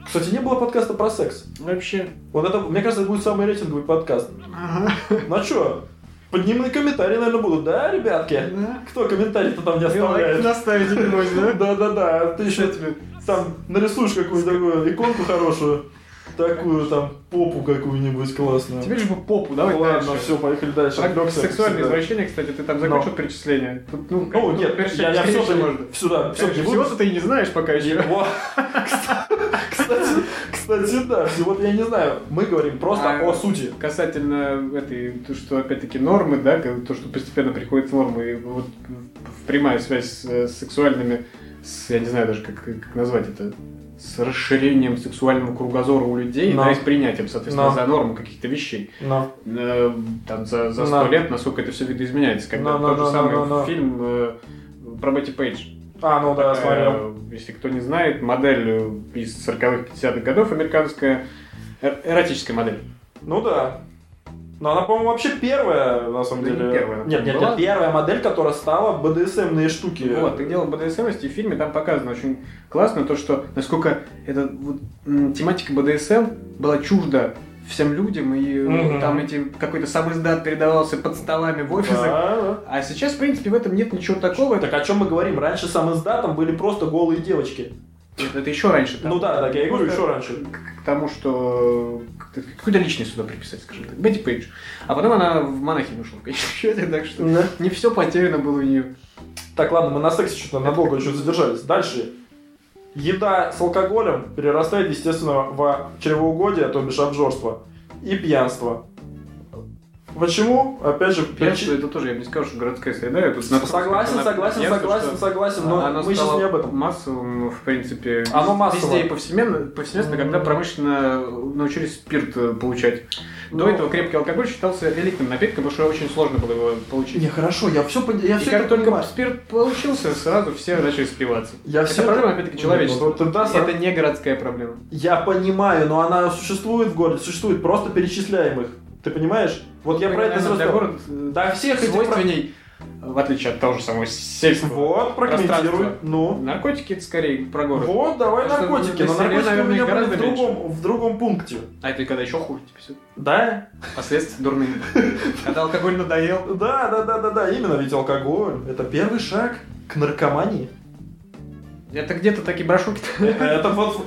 Speaker 1: Кстати, не было подкаста про секс.
Speaker 2: Вообще.
Speaker 1: Вот это, мне кажется, это будет самый рейтинговый подкаст.
Speaker 2: Ага.
Speaker 1: Ну а чё? Поднимные комментарии, наверное, будут, да, ребятки?
Speaker 2: Да.
Speaker 1: Кто комментарий-то там не
Speaker 2: И лайк
Speaker 1: оставляет?
Speaker 2: наставить нибудь, да?
Speaker 1: Да-да-да, ты
Speaker 2: Ну, Что
Speaker 1: еще
Speaker 2: тебе?
Speaker 1: там нарисуешь какую-нибудь такую иконку хорошую, такую там попу какую-нибудь классную.
Speaker 2: Тебе лишь бы попу, давай
Speaker 1: Ну. Ладно,
Speaker 2: дальше.
Speaker 1: все, поехали дальше.
Speaker 2: Про
Speaker 1: Отвлекся,
Speaker 2: Сексуальные
Speaker 1: всегда.
Speaker 2: извращения, кстати, ты там закончил перечисление. Тут, ну, как
Speaker 1: Ну,
Speaker 2: бы,
Speaker 1: нет,
Speaker 2: перечислять
Speaker 1: я, я все,
Speaker 2: бесконечно
Speaker 1: же,
Speaker 2: можно.
Speaker 1: сюда, все
Speaker 2: Конечно,
Speaker 1: не буду.
Speaker 2: Всего-то ты и не знаешь пока еще.
Speaker 1: Его- Кстати, кстати, да, всего я не знаю. Мы говорим просто
Speaker 2: А,
Speaker 1: о сути.
Speaker 2: Касательно этой, то, что опять-таки нормы, да, как- то, что постепенно приходят нормы, и вот в прямая связь с, э, с сексуальными, с, я не знаю даже, как, как назвать это, с расширением сексуального кругозора у людей,
Speaker 1: Но.
Speaker 2: да, и с принятием, соответственно,
Speaker 1: Но.
Speaker 2: за норму каких-то вещей.
Speaker 1: Но.
Speaker 2: Э, там за, за 100
Speaker 1: Но.
Speaker 2: лет, насколько это все видоизменяется, когда
Speaker 1: Но, но,
Speaker 2: тот
Speaker 1: но,
Speaker 2: же самый
Speaker 1: но, но.
Speaker 2: фильм э, про Бетти Пейдж.
Speaker 1: А, ну да,
Speaker 2: Э,
Speaker 1: смотрел.
Speaker 2: Если кто не знает, модель э, из 40-х, 50-х годов, американская э- эротическая модель.
Speaker 1: Ну да. Но она, по-моему, вообще первая, на самом
Speaker 2: Да не
Speaker 1: деле.
Speaker 2: первая, она
Speaker 1: нет, нет,
Speaker 2: была.
Speaker 1: нет, первая модель, которая стала БДСМные штуки.
Speaker 2: Вот, и дело БДСМ, и в фильме там показано очень классно то, что насколько эта вот, м, тематика БДСМ была чужда всем людям, и э,
Speaker 1: Мгм.
Speaker 2: там эти какой-то сам издат передавался под столами в
Speaker 1: Да,
Speaker 2: офисах.
Speaker 1: да.
Speaker 2: А сейчас, в принципе, в этом нет ничего такого.
Speaker 1: Так о чем мы говорим? Раньше сам издатом были просто голые девочки.
Speaker 2: Это, это еще раньше. там.
Speaker 1: Ну да, так я и говорю,
Speaker 2: Просто
Speaker 1: еще раньше.
Speaker 2: К к тому, что э, как-то какую-то личность сюда приписать, скажем так. Бетти Пейдж. А потом она в монахиню ушла, в конечном счете, так что не все потеряно было у нее.
Speaker 1: Так, ладно, мы на сексе что-то надолго еще задержались. Дальше. Еда с алкоголем перерастает, естественно, в чревоугодие, то бишь обжорство и пьянство. Почему? Опять же,
Speaker 2: Пьянство,
Speaker 1: причи-
Speaker 2: это тоже, я бы не сказал, что городская среда. Я тут напомню,
Speaker 1: Согласен,
Speaker 2: что она-
Speaker 1: согласен,
Speaker 2: пьянство,
Speaker 1: согласен,
Speaker 2: что-
Speaker 1: согласен, но
Speaker 2: Оно
Speaker 1: мы сейчас
Speaker 2: стало
Speaker 1: не об этом.
Speaker 2: массовым, ну, в принципе, вез-
Speaker 1: Оно М-м-м. массово.
Speaker 2: везде и повсеместно, повсеместно когда
Speaker 1: М.
Speaker 2: промышленно научились спирт э, получать. До
Speaker 1: Ну.
Speaker 2: этого крепкий алкоголь считался элитным напитком, потому что очень сложно было его получить.
Speaker 1: Не, хорошо, я все, я
Speaker 2: и
Speaker 1: все
Speaker 2: как
Speaker 1: это
Speaker 2: только
Speaker 1: понимаю.
Speaker 2: спирт получился, сразу все начали спиваться.
Speaker 1: Я
Speaker 2: Это
Speaker 1: все
Speaker 2: проблема, опять-таки, человечества.
Speaker 1: Ну, да,
Speaker 2: это не городская проблема.
Speaker 1: Я понимаю, но она существует в городе, существует, просто перечисляем их. Ты понимаешь? Вот я про это
Speaker 2: Наверное, Ну, для
Speaker 1: сразу...
Speaker 2: город э,
Speaker 1: Да, всех этих... про-
Speaker 2: свойственней, в отличие от того же самого сельского.
Speaker 1: Вот, прокомментируй.
Speaker 2: Пространство.
Speaker 1: Ну.
Speaker 2: Наркотики это скорее про город.
Speaker 1: Вот, давай
Speaker 2: Потому что
Speaker 1: наркотики.
Speaker 2: на
Speaker 1: Но
Speaker 2: селе,
Speaker 1: наркотики у
Speaker 2: наверное,
Speaker 1: меня были
Speaker 2: гораздо
Speaker 1: в другом, в другом пункте.
Speaker 2: А это и когда еще хуже, типа, всё.
Speaker 1: Да?
Speaker 2: последствия дурные. Когда алкоголь надоел,
Speaker 1: Да, да, да, да, да. Именно ведь алкоголь. Это первый шаг к наркомании.
Speaker 2: Это где-то такие брошюки.
Speaker 1: Это вот...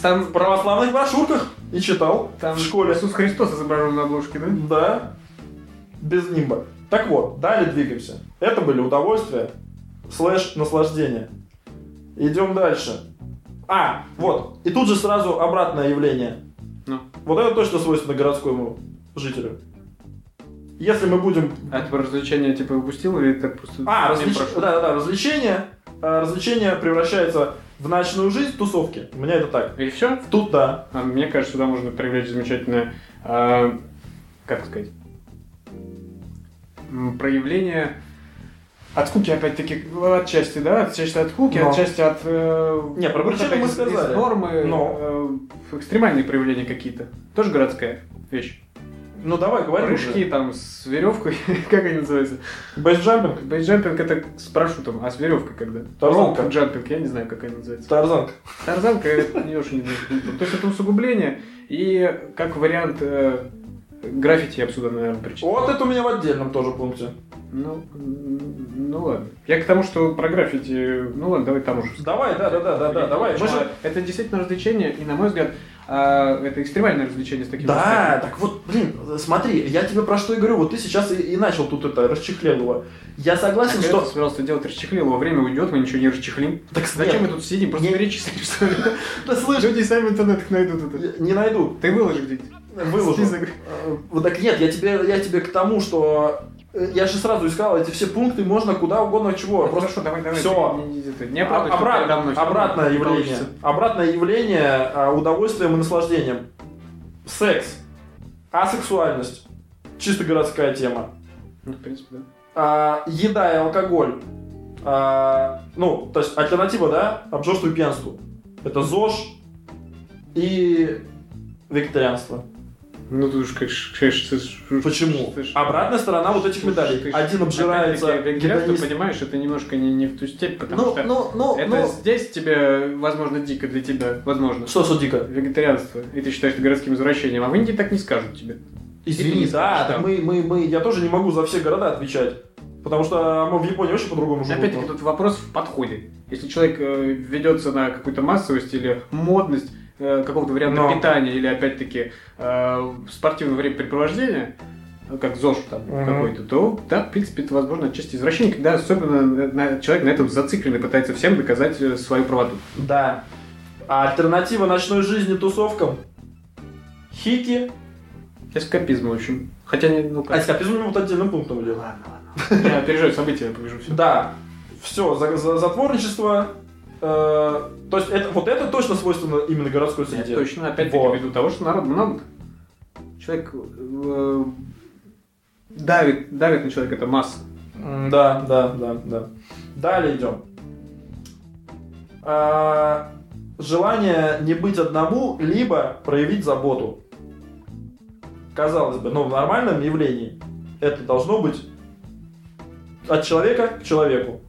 Speaker 2: Там,
Speaker 1: В православных брошюрках и читал
Speaker 2: там
Speaker 1: в школе.
Speaker 2: Иисус Христос изображен на обложке, да?
Speaker 1: Да. Без нимба. Так вот, далее двигаемся. Это были удовольствия слэш наслаждение. Идем дальше. А, вот. И тут же сразу обратное явление.
Speaker 2: Ну.
Speaker 1: Вот это точно свойственно городскому жителю. Если мы будем...
Speaker 2: А ты про развлечения типа упустил или так просто...
Speaker 1: А,
Speaker 2: мимо
Speaker 1: развлеч-
Speaker 2: прошло?
Speaker 1: да, да, да, развлечение. А, Развлечение превращается в ночную жизнь тусовки. У меня это так.
Speaker 2: И все?
Speaker 1: Тут да.
Speaker 2: А мне кажется, сюда можно привлечь замечательное, э, как сказать, м, проявление от скуки, опять-таки, отчасти, да, отчасти от скуки,
Speaker 1: Но.
Speaker 2: отчасти от... э,
Speaker 1: Не, про
Speaker 2: выхода
Speaker 1: причины мы
Speaker 2: из- из
Speaker 1: сказали.
Speaker 2: нормы,
Speaker 1: Но.
Speaker 2: э, экстремальные проявления какие-то. Тоже городская вещь.
Speaker 1: Ну давай, говори
Speaker 2: Прыжки
Speaker 1: уже.
Speaker 2: там с веревкой, как они называются?
Speaker 1: Бейсджампинг,
Speaker 2: Бейджампинг это с парашютом, а с веревкой когда?
Speaker 1: Тарзанка.
Speaker 2: Роуп Джампинг, я не знаю, как они называются.
Speaker 1: тарзанка.
Speaker 2: Тарзанка, это не очень То есть это усугубление и как вариант э, граффити я бы сюда, наверное, причитал.
Speaker 1: Вот это у меня в отдельном тоже пункте.
Speaker 2: Ну, м, ну ладно. Я к тому, что про граффити... Ну ладно, давай там уже.
Speaker 1: Давай, да, да, да, да, да, давай. Мы
Speaker 2: Потому
Speaker 1: же-
Speaker 2: что Это действительно развлечение, и, на мой взгляд, а, это экстремальное развлечение с таким
Speaker 1: Да,
Speaker 2: аспектом.
Speaker 1: так вот, блин, смотри, я тебе про что и говорю. Вот ты сейчас и, и начал тут это расчехлел его. Я
Speaker 2: А
Speaker 1: согласен,
Speaker 2: когда
Speaker 1: что.
Speaker 2: ты собирался делать расчехлил, его время уйдет, мы ничего не расчехлим.
Speaker 1: Так
Speaker 2: Зачем мы
Speaker 1: нет,
Speaker 2: тут сидим? Просто
Speaker 1: Не-
Speaker 2: перечислим, что ли?
Speaker 1: да слышь,
Speaker 2: Люди сами в интернетах найдут это.
Speaker 1: не найду.
Speaker 2: Ты выложи где-нибудь.
Speaker 1: Выложу.
Speaker 2: Список.
Speaker 1: Э, вот Так нет, я тебе, я тебе к тому, что э, я же сразу искал эти все пункты, можно куда угодно чего.
Speaker 2: Ну,
Speaker 1: Просто
Speaker 2: Хорошо, давай, давай.
Speaker 1: Всё.
Speaker 2: Не, не, не, не, не
Speaker 1: А-
Speaker 2: оправдывай, что
Speaker 1: обра-
Speaker 2: передо мной, всё равно
Speaker 1: обратное
Speaker 2: не
Speaker 1: явление.
Speaker 2: получится.
Speaker 1: Обратное явление а, удовольствием и наслаждением. Секс. Асексуальность. Чисто городская тема.
Speaker 2: Ну, в принципе, да.
Speaker 1: А, еда и алкоголь. А, ну, то есть альтернатива, да, обжорству и пьянству. Это ЗОЖ и вегетарианство.
Speaker 2: Ну, ты уж как
Speaker 1: Почему? Обратная сторона А вот этих медалей. Один обжирается...
Speaker 2: Ты
Speaker 1: гедонист.
Speaker 2: понимаешь, это немножко не, не в ту степь, потому
Speaker 1: Ну,
Speaker 2: что
Speaker 1: ну, ну,
Speaker 2: это
Speaker 1: ну...
Speaker 2: здесь тебе, возможно, дико для тебя, возможно.
Speaker 1: Что, что дико?
Speaker 2: Вегетарианство, и ты считаешь это городским извращением, а в Индии так не скажут тебе. Или
Speaker 1: Извини,
Speaker 2: не
Speaker 1: да,
Speaker 2: скажешь,
Speaker 1: так
Speaker 2: да.
Speaker 1: мы, мы, мы, я тоже не могу за все города отвечать. Потому что а, мы в Японии вообще по-другому живут. ну.
Speaker 2: Опять-таки, тут вопрос в подходе. Если человек э, ведется на какую-то массовость или модность э, какого-то варианта
Speaker 1: Но.
Speaker 2: питания, или опять-таки э, спортивного времяпрепровождения, э, как ЗОЖ там
Speaker 1: Мгм.
Speaker 2: какой-то, то да, в принципе, это возможно отчасти извращение, когда особенно на- на- человек на этом зациклен и пытается всем доказать э, свою правоту.
Speaker 1: Да. А альтернатива ночной жизни тусовкам? Хики.
Speaker 2: Эскапизм очень. Хотя не, ну
Speaker 1: А
Speaker 2: как.
Speaker 1: эскапизм у него вот отдельным пунктом идет.
Speaker 2: Ладно, ладно. Я опережаю события, я побежу все.
Speaker 1: Да. Все, за, за- затворничество. э, то есть это, вот это точно свойственно именно городской среде.
Speaker 2: Точно, опять-таки,
Speaker 1: Вот.
Speaker 2: ввиду того, что народу много. Человек э, давит, давит на человека эта масса.
Speaker 1: М, Да, да, да, да. Далее идем. А, желание не быть одному, либо проявить заботу. Казалось бы, но в нормальном явлении это должно быть от человека к человеку.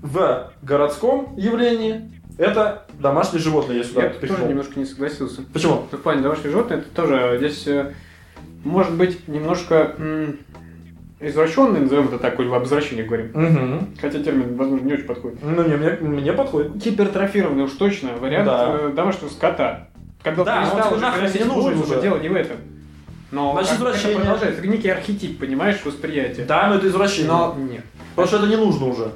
Speaker 1: В городском явлении это домашние животные, если
Speaker 2: Я
Speaker 1: сюда
Speaker 2: тут тоже
Speaker 1: пихнул.
Speaker 2: немножко не согласился.
Speaker 1: Почему?
Speaker 2: Ну, в плане домашних животных, это тоже здесь э, может быть немножко м, извращенный, назовем это так, или об извращении говорим.
Speaker 1: Мгм.
Speaker 2: Хотя термин, возможно, не очень подходит.
Speaker 1: Ну, не, мне, мне подходит.
Speaker 2: Гипертрофированный уж точно вариант
Speaker 1: Да.
Speaker 2: э, домашнего скота. Когда
Speaker 1: Да, он
Speaker 2: перестал
Speaker 1: тебе
Speaker 2: уже
Speaker 1: нахрен
Speaker 2: приносить
Speaker 1: не нужен
Speaker 2: пользу,
Speaker 1: уже.
Speaker 2: дело не в этом. Но
Speaker 1: Значит,
Speaker 2: как- это
Speaker 1: извращение.
Speaker 2: продолжается. Это некий архетип, понимаешь, восприятие.
Speaker 1: Да, но это извращение.
Speaker 2: Но нет.
Speaker 1: Потому что это не нужно уже.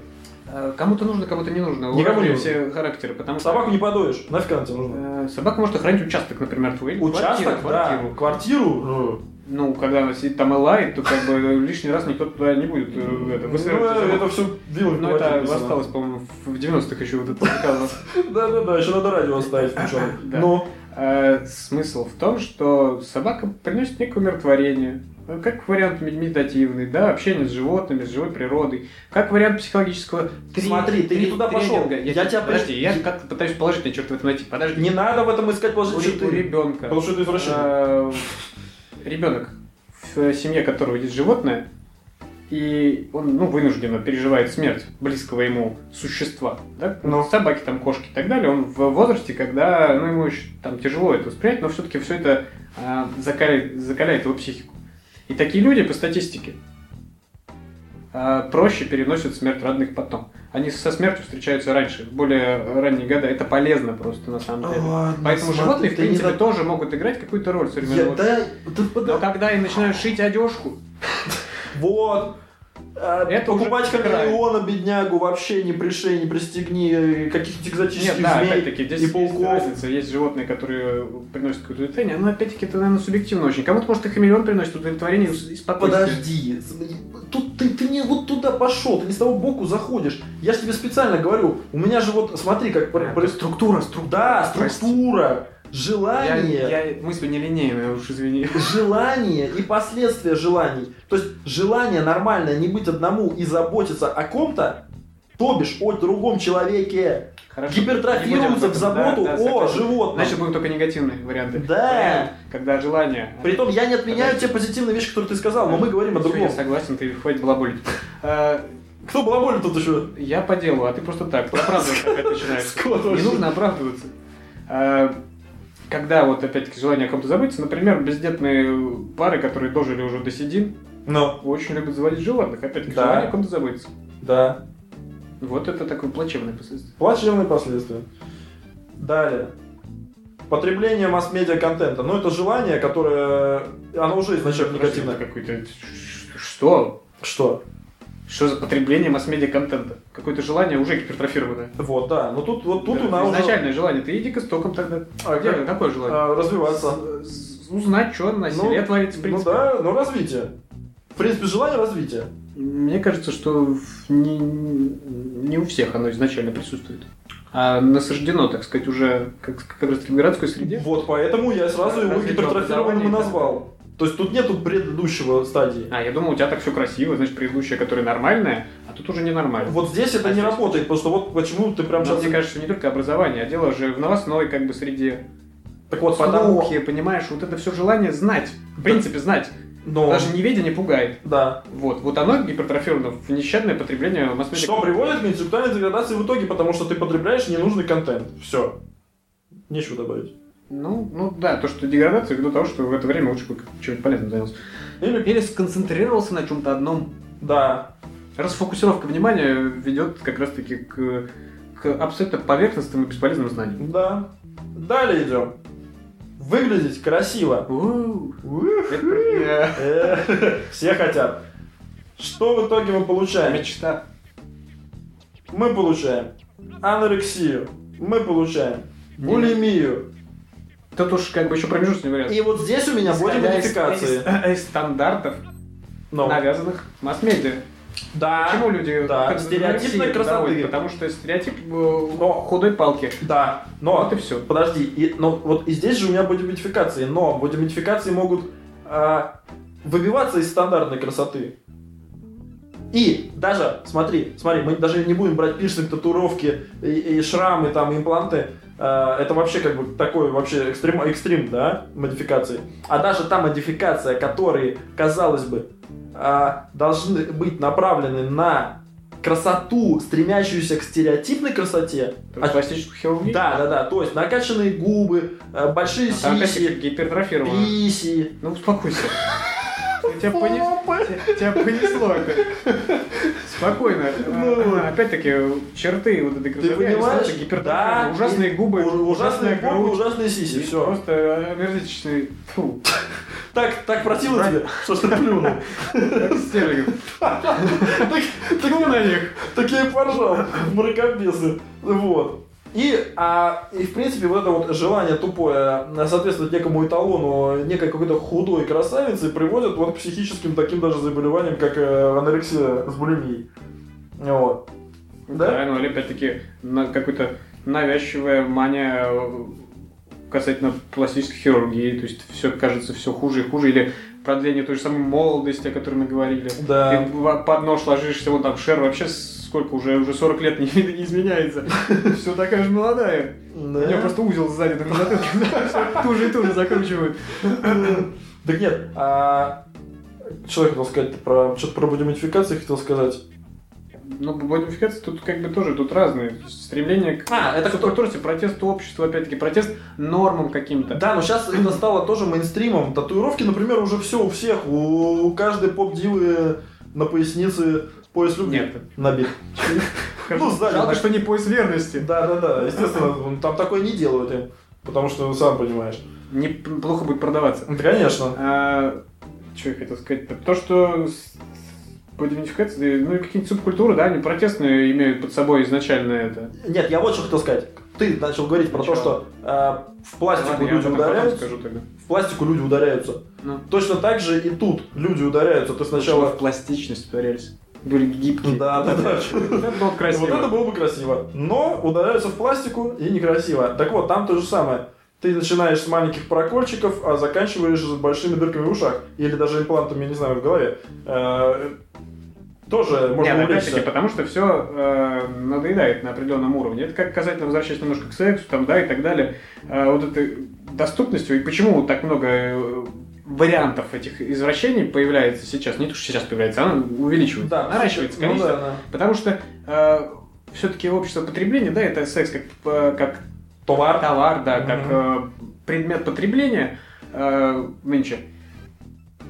Speaker 2: Э, Кому-то нужно, кому-то не нужно.
Speaker 1: Никому не
Speaker 2: Уравнивай все характеры, потому что...
Speaker 1: Собаку не подоешь. Нафиг она тебе нужна?
Speaker 2: э, Собака может охранять участок, например, твой. или
Speaker 1: Участок,
Speaker 2: квартиру,
Speaker 1: да.
Speaker 2: квартиру.
Speaker 1: Э, Квартиру, ну,
Speaker 2: Ну, когда она сидит там и лает, то как бы лишний раз никто туда не будет э, это,
Speaker 1: Ну,
Speaker 2: высаживать эту собаку.
Speaker 1: это все дело
Speaker 2: Ну, это осталось, по-моему, в 90-х еще вот это заказано.
Speaker 1: Да-да-да, еще надо радио оставить причем.
Speaker 2: Да.
Speaker 1: Ну,
Speaker 2: Э, Смысл в том, что собака приносит некое умиротворение. Ну, Как вариант мед- медитативный, да, общение с животными, с живой природой. Как вариант психологического три-
Speaker 1: Смотри, ты не
Speaker 2: три-
Speaker 1: туда пошел.
Speaker 2: тренинга. типа,
Speaker 1: Я тебя
Speaker 2: Подожди,
Speaker 1: приш-
Speaker 2: я как-то пытаюсь положительный черт в этом найти. Подожди.
Speaker 1: не надо в этом искать
Speaker 2: У
Speaker 1: положительные
Speaker 2: ре- у
Speaker 1: черты.
Speaker 2: ребенка.
Speaker 1: Потому что это извращение.
Speaker 2: Э, ребенок, в семье которого есть животное, и он ну, вынужденно переживает смерть близкого ему существа. Да?
Speaker 1: Ну.
Speaker 2: Собаки, там, кошки и так далее. Он в возрасте, когда ну, ему еще там тяжело это воспринять, но все-таки все это а, закаляет, закаляет его психику. И такие люди, по статистике, а, проще переносят э, смерть родных потом. они со смертью встречаются раньше, в более ранние года. Это полезно просто на самом деле.
Speaker 1: Ну Ладно,
Speaker 2: Поэтому
Speaker 1: смотри,
Speaker 2: животные, в
Speaker 1: ты не
Speaker 2: принципе,
Speaker 1: так-
Speaker 2: тоже могут играть какую-то роль
Speaker 1: Я-
Speaker 2: в современном
Speaker 1: да, да,
Speaker 2: Но
Speaker 1: да,
Speaker 2: когда им начинают шить одежку,
Speaker 1: Вот. А,
Speaker 2: Это уже
Speaker 1: покупать
Speaker 2: край.
Speaker 1: хамелеона, беднягу, вообще не пришей, не пристегни, э, каких-нибудь экзотических
Speaker 2: Нет, да,
Speaker 1: змей
Speaker 2: опять-таки, здесь
Speaker 1: и
Speaker 2: есть
Speaker 1: пауков.
Speaker 2: разница. Есть животные, которые приносят какое-то удовлетворение, но опять-таки это, наверное, субъективно очень. Кому-то, может, и хамелеон приносит удовлетворение из спокойствия.
Speaker 1: А Подожди, тут ты, ты не вот туда пошел, ты не с того боку заходишь. Я же тебе специально говорю, у меня же вот, смотри, как про-
Speaker 2: Да,
Speaker 1: про-
Speaker 2: структура, структура.
Speaker 1: да,
Speaker 2: Прости.
Speaker 1: структура,
Speaker 2: Я,
Speaker 1: желание.
Speaker 2: я мысль нелинейная, уж извини.
Speaker 1: желание и последствия желаний. То есть желание нормальное не быть одному и заботиться о ком-то, то бишь о другом человеке,
Speaker 2: Хорошо. Не будем
Speaker 1: гипертрофируется
Speaker 2: об
Speaker 1: в
Speaker 2: этом,
Speaker 1: заботу
Speaker 2: да, да,
Speaker 1: о
Speaker 2: согласен.
Speaker 1: животном.
Speaker 2: Значит, будут только негативные варианты.
Speaker 1: Да.
Speaker 2: Вариант, когда желание.
Speaker 1: Притом я не отменяю
Speaker 2: Подожди.
Speaker 1: те позитивные вещи, которые ты сказал, но мы говорим о
Speaker 2: Всё,
Speaker 1: другом.
Speaker 2: Я согласен, ты хватит балаболить. А,
Speaker 1: Кто балаболит тут еще?
Speaker 2: Я по делу, а ты просто так. Ты оправдываешься, опять начинаешь.
Speaker 1: Скот
Speaker 2: Не
Speaker 1: вообще.
Speaker 2: нужно оправдываться. А, Когда вот опять-таки желание о ком-то забыть, например, бездетные пары, которые дожили уже до седин,
Speaker 1: Ну,
Speaker 2: очень любят заводить животных. Опять-таки
Speaker 1: Да.
Speaker 2: желание о ком-то забыть.
Speaker 1: да.
Speaker 2: Вот это такое плачевное последствие.
Speaker 1: Плачевные последствия. Далее. Потребление масс-медиа контента. Ну, это желание, которое... Оно уже изначально
Speaker 2: Подожди, это
Speaker 1: негативное.
Speaker 2: Какое-то... Что?
Speaker 1: Что?
Speaker 2: Что за потребление масс-медиа контента? Какое-то желание уже гипертрофированное.
Speaker 1: Вот, да. Ну, тут, вот тут
Speaker 2: Да,
Speaker 1: у нас уже-
Speaker 2: Изначальное желание. Ты иди к истокам тогда.
Speaker 1: А,
Speaker 2: Где-
Speaker 1: как-
Speaker 2: какое желание?
Speaker 1: а, развиваться.
Speaker 2: С- с- Узнать, что на
Speaker 1: Ну,
Speaker 2: селе творится,
Speaker 1: Ну
Speaker 2: в принципе.
Speaker 1: да, ну развитие. В принципе, желание развития.
Speaker 2: Мне кажется, что в- не, не у всех оно изначально присутствует. А насаждено, так сказать, уже как, как раз-таки в городской среде.
Speaker 1: Вот поэтому я сразу его
Speaker 2: Развитие
Speaker 1: гипертрофированным и
Speaker 2: образования,
Speaker 1: назвал. То есть тут нету предыдущего стадии.
Speaker 2: А, я думал, у тебя так все красиво, значит, предыдущая, которая нормальная, а тут уже ненормальная.
Speaker 1: Вот здесь это
Speaker 2: А
Speaker 1: не
Speaker 2: здесь-
Speaker 1: работает, потому что вот почему ты прям
Speaker 2: Но
Speaker 1: сейчас...
Speaker 2: мне кажется, не только образование, а дело же в новостной как бы среде.
Speaker 1: Так вот, потому...
Speaker 2: Слухи, понимаешь, вот это все желание знать. В принципе, знать.
Speaker 1: Но...
Speaker 2: Даже неведение пугает.
Speaker 1: Да.
Speaker 2: Вот, вот оно гипертрофировано в нещадное потребление масс-медиа.
Speaker 1: Что приводит к интеллектуальной деградации в итоге, потому что ты потребляешь ненужный контент. Все. Нечего добавить.
Speaker 2: Ну, ну да, то, что деградация, ввиду того, что в это время лучше бы чем-нибудь полезным занялся.
Speaker 1: Или...
Speaker 2: Или сконцентрировался на чем-то одном.
Speaker 1: Да.
Speaker 2: Расфокусировка внимания ведет как раз-таки к, к абсолютно поверхностным и бесполезным знаниям.
Speaker 1: Да. Далее идем. Выглядеть красиво.
Speaker 2: Уу,
Speaker 1: Ух.
Speaker 2: это про-
Speaker 1: Э, Все хотят. Что в итоге мы
Speaker 2: э,
Speaker 1: получаем?
Speaker 2: Мечта.
Speaker 1: мы получаем анорексию, мы получаем булимию.
Speaker 2: Тут уж как бы еще промежуточный вариант.
Speaker 1: И вот здесь у меня будет
Speaker 2: Исходя из-
Speaker 1: модификации.
Speaker 2: Из, из стандартов,
Speaker 1: Ну,
Speaker 2: навязанных масс-медиа.
Speaker 1: да,
Speaker 2: Почему люди
Speaker 1: да,
Speaker 2: как бы
Speaker 1: стереотипной
Speaker 2: анорексии
Speaker 1: красоты.
Speaker 2: доводят? Потому что стереотип э, худой палки.
Speaker 1: да, но
Speaker 2: Вот и все.
Speaker 1: подожди, и, но вот и здесь же у меня будет модификации, но будет модификации могут а, выбиваться из стандартной красоты. И даже, смотри, смотри, мы даже не будем брать пирсинг, татуировки и, и шрамы, там, и импланты. А, Это вообще как бы такой вообще экстрим, экстрим, да, модификации. А даже та модификация, которые, казалось бы, а, должны быть направлены на красоту, стремящуюся к стереотипной красоте,
Speaker 2: Это пластическую хирургию.
Speaker 1: А да, да, да. То есть накачанные губы, э, большие
Speaker 2: А там
Speaker 1: сиси,
Speaker 2: опять-таки гипертрофировано.
Speaker 1: писи.
Speaker 2: Ну успокойся. Тебя, понес-
Speaker 1: Опа.
Speaker 2: тебя- тебя понесло это. Спокойно.
Speaker 1: Ну.
Speaker 2: А, Опять-таки, черты вот этой красоты,
Speaker 1: Ты
Speaker 2: они
Speaker 1: понимаешь?
Speaker 2: становятся гипертрофированными. Ужасные
Speaker 1: и-
Speaker 2: губы,
Speaker 1: у-
Speaker 2: ужасная
Speaker 1: ужасные губы,
Speaker 2: грудь.
Speaker 1: ужасные сиси.
Speaker 2: И
Speaker 1: Все.
Speaker 2: Просто омерзительный... Фу.
Speaker 1: Так, так противно
Speaker 2: Брать.
Speaker 1: тебе, что ж ты плюнул.
Speaker 2: как стерлингов.
Speaker 1: Так-
Speaker 2: Тьфу на них.
Speaker 1: Так я и поржал, мракобесы. Вот. И, а, и, в принципе, вот это вот желание тупое э, соответствовать некому эталону, некой какой-то худой красавицы, приводит вот к психическим таким даже заболеваниям, как э, анорексия с булимией. Вот. Да?
Speaker 2: Да, ну или опять-таки на какой-то навязчивая мания э, касательно пластической хирургии. То есть все кажется все хуже и хуже. Или продление той же самой молодости, о которой мы говорили.
Speaker 1: Да.
Speaker 2: Ты в- а, под нож ложишься, вон там шер вообще сколько уже, уже 40 лет не, не изменяется. Все такая же молодая. У
Speaker 1: Да.
Speaker 2: нее просто узел сзади там на затылке. Всё Туже и туже закручивают.
Speaker 1: Так нет, а... Что я хотел сказать про... Что-то про модификации хотел сказать.
Speaker 2: Ну, модификации тут как бы тоже тут разные. Стремление к
Speaker 1: А, это кто?
Speaker 2: субкультурности, протест обществу, опять-таки, протест нормам каким-то.
Speaker 1: Да, но сейчас это стало тоже мейнстримом. Татуировки, например, уже все у всех. У каждой поп-дивы на пояснице пояс любви
Speaker 2: Нет.
Speaker 1: набит. Ну, сзади.
Speaker 2: Жалко,
Speaker 1: так.
Speaker 2: что не пояс верности.
Speaker 1: Да, да, да. Естественно, ну, там такое не делают им. Потому что, ну, сам понимаешь.
Speaker 2: Неплохо будет продаваться.
Speaker 1: Ну, Конечно.
Speaker 2: что А, я хотел сказать? То, что с- по идентификации, ну, и какие-нибудь субкультуры, да, они протестные имеют под собой изначально это.
Speaker 1: Нет, я вот что хотел сказать. Ты начал говорить про то,
Speaker 2: Ничего.
Speaker 1: что э, в пластику
Speaker 2: Ладно, я
Speaker 1: люди
Speaker 2: об этом потом
Speaker 1: ударяются.
Speaker 2: скажу тогда.
Speaker 1: В пластику люди ударяются.
Speaker 2: Ну.
Speaker 1: Точно так же и тут люди ударяются. Ты
Speaker 2: Сначала
Speaker 1: сначала...
Speaker 2: в пластичность ударялись. Были гибкие.
Speaker 1: Да, да, да.
Speaker 2: Это было бы красиво.
Speaker 1: Вот это было бы красиво. Но ударяются в пластику и некрасиво. Так вот, там то же самое. Ты начинаешь с маленьких прокольчиков, а заканчиваешь с большими дырками в ушах. Или даже имплантами, не знаю, в голове. Э, Тоже можно
Speaker 2: Нет,
Speaker 1: увлечься.
Speaker 2: ну, опять-таки, потому что все надоедает на определенном уровне. Это как касательно возвращаясь немножко к сексу, там, да, и так далее. Э, вот этой доступностью, и почему так много э, вариантов этих извращений появляется сейчас, не то, что сейчас появляется, она увеличивается,
Speaker 1: Да,
Speaker 2: наращивается
Speaker 1: ну
Speaker 2: количество.
Speaker 1: да, да.
Speaker 2: Потому что все-таки общество потребления, да, это секс как, э, как
Speaker 1: Товар.
Speaker 2: товар, да,
Speaker 1: Мгм.
Speaker 2: как э, предмет потребления э, нынче.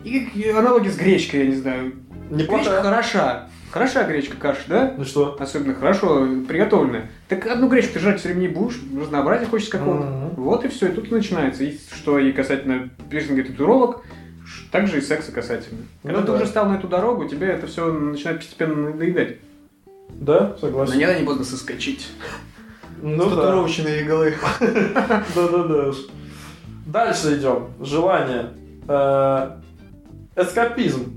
Speaker 2: И аналоги с гречкой, я не знаю, Гречка
Speaker 1: Неплохая.
Speaker 2: хороша. Хороша гречка каша, да?
Speaker 1: Ну что?
Speaker 2: Особенно хорошо приготовленная. Так одну гречку ты жрать все время не будешь, разнообразие хочешь какого-то.
Speaker 1: Мгм.
Speaker 2: Вот и все, и тут и начинается. И что и касательно пирсинга и татуировок, ш- так же и секса касательно. Когда
Speaker 1: Ну
Speaker 2: ты
Speaker 1: да.
Speaker 2: уже стал на эту дорогу, тебе это все начинает постепенно надоедать.
Speaker 1: Да,
Speaker 2: Но
Speaker 1: согласен.
Speaker 2: никогда не поздно соскочить.
Speaker 1: Ну да.
Speaker 2: татуировочной иглы.
Speaker 1: Да-да-да. уж. Дальше идем. Желание. Э, Эскапизм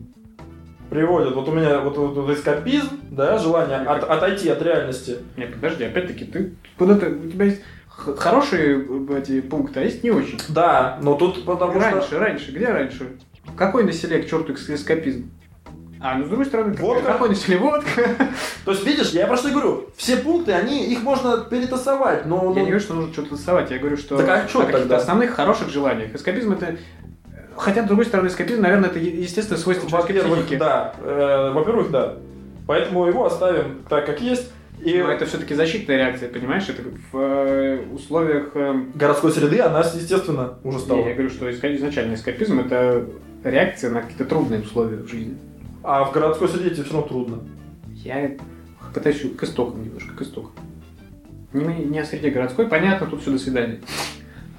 Speaker 1: приводит. Вот у меня вот вот- вот эскапизм, да, желание от- отойти от реальности.
Speaker 2: Нет, подожди, опять-таки, ты куда-то... У тебя есть х- хорошие э, эти пункты, а есть не очень.
Speaker 1: Да, но тут потому
Speaker 2: раньше,
Speaker 1: что...
Speaker 2: раньше, где раньше? Какой на селе к черту эскапизм? А, ну с другой стороны, как-
Speaker 1: Водка.
Speaker 2: какой на селе водка?
Speaker 1: То есть, видишь, я про что и говорю. Все пункты, они, их можно перетасовать, но...
Speaker 2: Я
Speaker 1: ну,
Speaker 2: не говорю, что нужно что-то доставать, я говорю, что
Speaker 1: Так а чё
Speaker 2: о каких-то
Speaker 1: тогда?
Speaker 2: основных хороших желаниях. Эскапизм это... Хотя, с другой стороны, эскапизм, наверное, это е- естественное свойство человеческой
Speaker 1: Во-первых,
Speaker 2: психики.
Speaker 1: да. Э, Во-первых, да. Поэтому его оставим так, как есть. И
Speaker 2: Но это все-таки защитная реакция, понимаешь? Это в э, условиях... эм,
Speaker 1: городской среды она, естественно, уже
Speaker 2: не, я
Speaker 1: стала.
Speaker 2: говорю, что иска- изначально эскапизм это реакция на какие-то трудные условия в жизни.
Speaker 1: А в городской среде тебе все равно трудно.
Speaker 2: Я пытаюсь к истокам немножко, к истокам. Не, м- не о среде городской, понятно, тут все до свидания.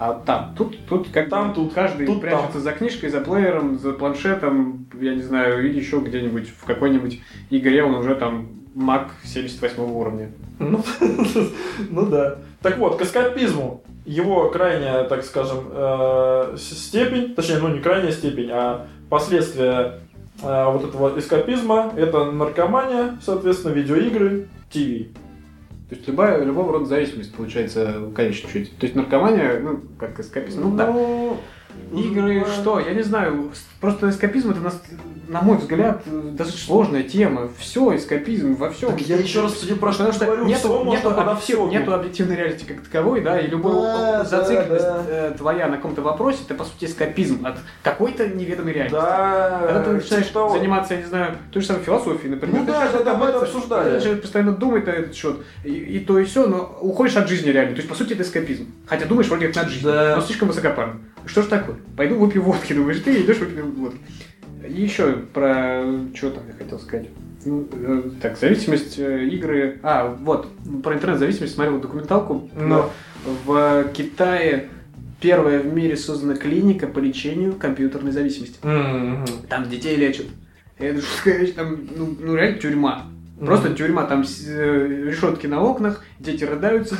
Speaker 2: А там, тут, тут, как бы
Speaker 1: Там, тут,
Speaker 2: каждый
Speaker 1: тут,
Speaker 2: прячется за книжкой, за плеером, за планшетом, я не знаю, или еще где-нибудь в какой-нибудь игре он уже там маг 78 уровня.
Speaker 1: Ну, ну да. Так вот, к эскапизму его крайняя, так скажем, э, с- степень, точнее, ну не крайняя степень, а последствия э, вот этого эскапизма, это наркомания, соответственно, видеоигры, ТВ.
Speaker 2: То есть любая, любого рода зависимость получается в конечном счете. То есть наркомания, ну, как эскапизм, ну, да.
Speaker 1: ну,
Speaker 2: Игры, что? Я не знаю. с- Просто эскапизм это, нас- на мой взгляд, э, достаточно сложная тема. Все, эскапизм во всем.
Speaker 1: Так я еще раз тебе про что
Speaker 2: Потому что
Speaker 1: говорю,
Speaker 2: нету,
Speaker 1: всего
Speaker 2: нету,
Speaker 1: можно подо
Speaker 2: объектив-
Speaker 1: всего.
Speaker 2: нету объективной реальности как таковой, да, и любая
Speaker 1: Да,
Speaker 2: зацикленность
Speaker 1: да,
Speaker 2: э, твоя на каком-то вопросе, это, по сути, эскапизм от какой-то неведомой реальности.
Speaker 1: Да,
Speaker 2: Когда ты
Speaker 1: типа
Speaker 2: начинаешь
Speaker 1: того.
Speaker 2: заниматься, я не знаю, той же самой философией, например.
Speaker 1: Ну
Speaker 2: ты
Speaker 1: да,
Speaker 2: начинаешь
Speaker 1: да, да, мы это
Speaker 2: задуматься,
Speaker 1: обсуждали.
Speaker 2: Ты начинаешь постоянно думать на этот счет, и, и то, и все, но уходишь от жизни реально. То есть, по сути, это эскапизм. Хотя думаешь вроде как над жизнью,
Speaker 1: Да.
Speaker 2: но слишком высокопарно. Что ж такое? Пойду выпью водки, думаешь ты, идешь выпью водки. И еще про... Что там я хотел сказать? Ну, э, Так, зависимость э, игры... А, вот, про интернет-зависимость смотрел документалку.
Speaker 1: Ну.
Speaker 2: В Китае первая в мире создана клиника по лечению компьютерной зависимости.
Speaker 1: Мгм.
Speaker 2: Там детей лечат. Это жуткая вещь, там, ну, ну, реально тюрьма. Просто тюрьма, там э, решетки на окнах, дети рыдаются,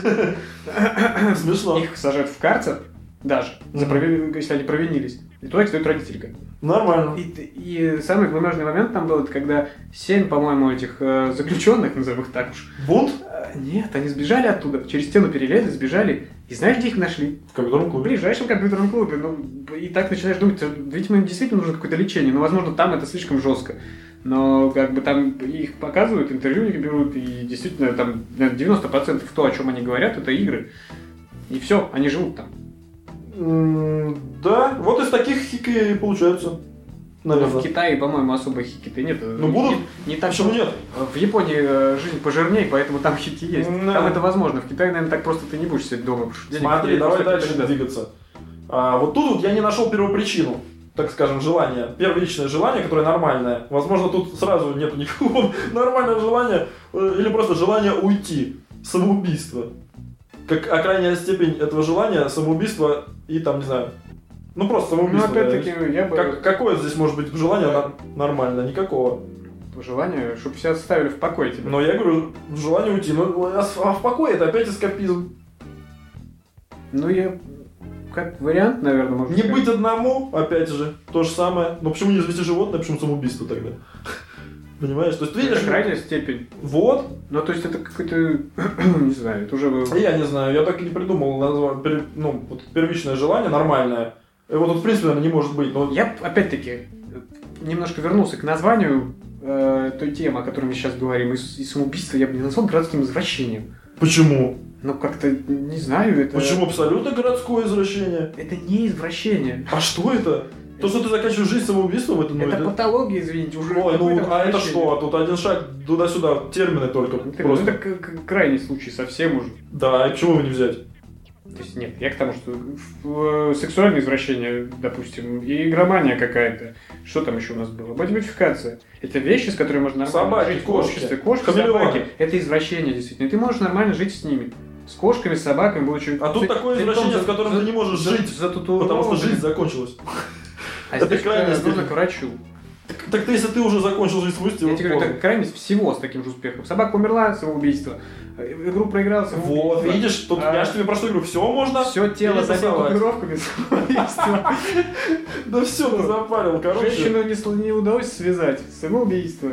Speaker 1: Смешно.
Speaker 2: их сажают в карцер даже, за
Speaker 1: Мгм.
Speaker 2: прови- если они провинились. И туда их сдают родители. как бы.
Speaker 1: Нормально.
Speaker 2: И, и самый бумажный момент там был, это когда семь, по-моему, этих э, заключенных, назовем их так уж,
Speaker 1: Бунт
Speaker 2: э, нет, они сбежали оттуда, через стену перелезли, сбежали, и знаешь, где их нашли?
Speaker 1: в компьютерном
Speaker 2: В
Speaker 1: клубе.
Speaker 2: ближайшем компьютерном клубе, ну, и так начинаешь думать, видимо, им действительно нужно какое-то лечение, но, возможно, там это слишком жестко. Но, как бы, там их показывают, интервью у них берут, и действительно, там, наверное, 90% то, о чем они говорят, это игры. И все, они живут там.
Speaker 1: М, Да, вот из таких хик и получаются.
Speaker 2: В
Speaker 1: Наверное.
Speaker 2: Китае, по-моему, особо хики-то нет.
Speaker 1: Ну, будут.
Speaker 2: Не, не так,
Speaker 1: Почему нет?
Speaker 2: В Японии э, жизнь пожирнее, поэтому там хики есть.
Speaker 1: Да.
Speaker 2: Там это возможно. В Китае, наверное, так просто ты не будешь сидеть дома. потому что денег
Speaker 1: Смотри,
Speaker 2: нет,
Speaker 1: давай
Speaker 2: просто
Speaker 1: дальше
Speaker 2: какие-то-
Speaker 1: двигаться. А, вот тут вот я не нашел первопричину. так скажем, желание, первичное желание, которое нормальное. Возможно, тут сразу нет никакого нормального желания, э, или просто желание уйти, самоубийство. Как а крайняя степень этого желания, самоубийство и там, не знаю, ну просто
Speaker 2: Ну,
Speaker 1: самоубийство.
Speaker 2: опять-таки, я бы...
Speaker 1: Как- какое здесь может быть желание
Speaker 2: Да.
Speaker 1: нор- нормально? Никакого.
Speaker 2: Желание, чтобы все оставили в покое тебя.
Speaker 1: Но я говорю, желание уйти. Ну, а с- а в покое это опять эскапизм.
Speaker 2: Ну, я... Как вариант, наверное, можно
Speaker 1: Не
Speaker 2: сказать.
Speaker 1: быть одному, опять же, то же самое. Но почему не развести животное, почему самоубийство тогда? Понимаешь? То есть ты видишь,
Speaker 2: Это крайняя степень.
Speaker 1: вот,
Speaker 2: Ну, то есть это какой-то... не знаю, это уже...
Speaker 1: И я не знаю, я так и не придумал назва- пер- ну, вот первичное желание нормальное. Его тут, в принципе, наверное, не может быть, но
Speaker 2: Я, б, опять-таки, немножко вернулся к названию э, той темы, о которой мы сейчас говорим, и, с- и самоубийство я бы не назвал городским извращением.
Speaker 1: почему?
Speaker 2: Но как-то, не знаю, это...
Speaker 1: Почему абсолютно городское извращение?
Speaker 2: Это не извращение.
Speaker 1: А что это? То, что ты заканчиваешь жизнь самоубийством, это, ну,
Speaker 2: это
Speaker 1: это-
Speaker 2: патология, извините, уже...
Speaker 1: Ой,
Speaker 2: какое-то
Speaker 1: ну, а это
Speaker 2: извращение.
Speaker 1: что? Тут один шаг туда-сюда, термины только
Speaker 2: Ну, ты- ну,
Speaker 1: просто.
Speaker 2: это к- к- крайний случай совсем уже.
Speaker 1: Да, и почему бы не взять?
Speaker 2: То есть нет, я к тому, что э, сексуальное извращение, допустим, и игромания какая-то. Что там еще у нас было? Модификация. Это вещи, с которыми можно нормально
Speaker 1: Собаки,
Speaker 2: жить в
Speaker 1: кошки,
Speaker 2: обществе. Кошки,
Speaker 1: хамелеоны.
Speaker 2: собаки. Это извращение, действительно. И ты можешь нормально жить с ними. С кошками, с собаками, будучи...
Speaker 1: А тут такое извращение, с которым ты не можешь жить, потому что жизнь закончилась.
Speaker 2: А
Speaker 1: это
Speaker 2: здесь
Speaker 1: крайняя
Speaker 2: э, нужно
Speaker 1: степень.
Speaker 2: к врачу.
Speaker 1: Так, так ты, если ты уже закончил жизнь, спустя,
Speaker 2: Я тебе говорю, это крайность всего с таким же успехом. Собака умерла, самоубийство. Э, Игру проиграл, самоубийство.
Speaker 1: Вот, видишь, тут
Speaker 2: А.
Speaker 1: я же тебе про что говорю, все можно.
Speaker 2: Все тело
Speaker 1: Перетасовать.
Speaker 2: забило татуировками, самоубийство.
Speaker 1: Да все,
Speaker 2: ну,
Speaker 1: ты запарил, короче.
Speaker 2: Женщину не, сл- не удалось связать. Самоубийство.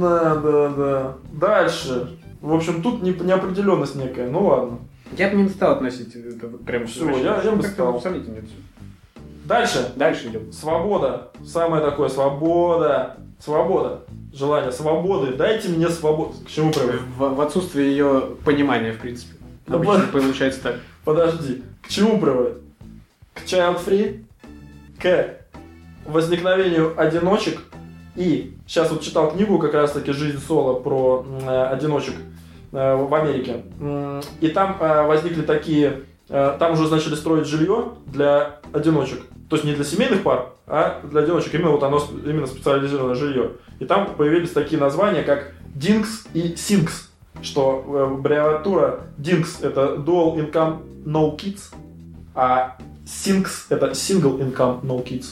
Speaker 1: Да, да, да. Дальше. В общем, тут не- неопределенность некая. Ну ладно.
Speaker 2: Я бы не стал относить это вот прям
Speaker 1: Всё, я- я бы стал. Дальше.
Speaker 2: Дальше идем.
Speaker 1: Свобода. Самое такое. Свобода. Свобода. Желание свободы. Дайте мне свободу. К чему приводит?
Speaker 2: В, в отсутствие ее понимания, в принципе.
Speaker 1: Ну,
Speaker 2: Обычно
Speaker 1: вот.
Speaker 2: получается так.
Speaker 1: Подожди. К чему приводит? К child free. К возникновению одиночек. И сейчас вот читал книгу как раз-таки «Жизнь Соло» про м, э, одиночек э, в Америке. М, И там э, возникли такие... э, Там уже начали строить жилье для одиночек. То есть не для семейных пар, а для одиночек. Именно вот оно, сп- именно специализированное жилье. И там появились такие названия, как «Динкс» и «Синкс». Что э, аббревиатура «Динкс» — это «Dual Income No Kids», а «Синкс» — это «Single Income No Kids».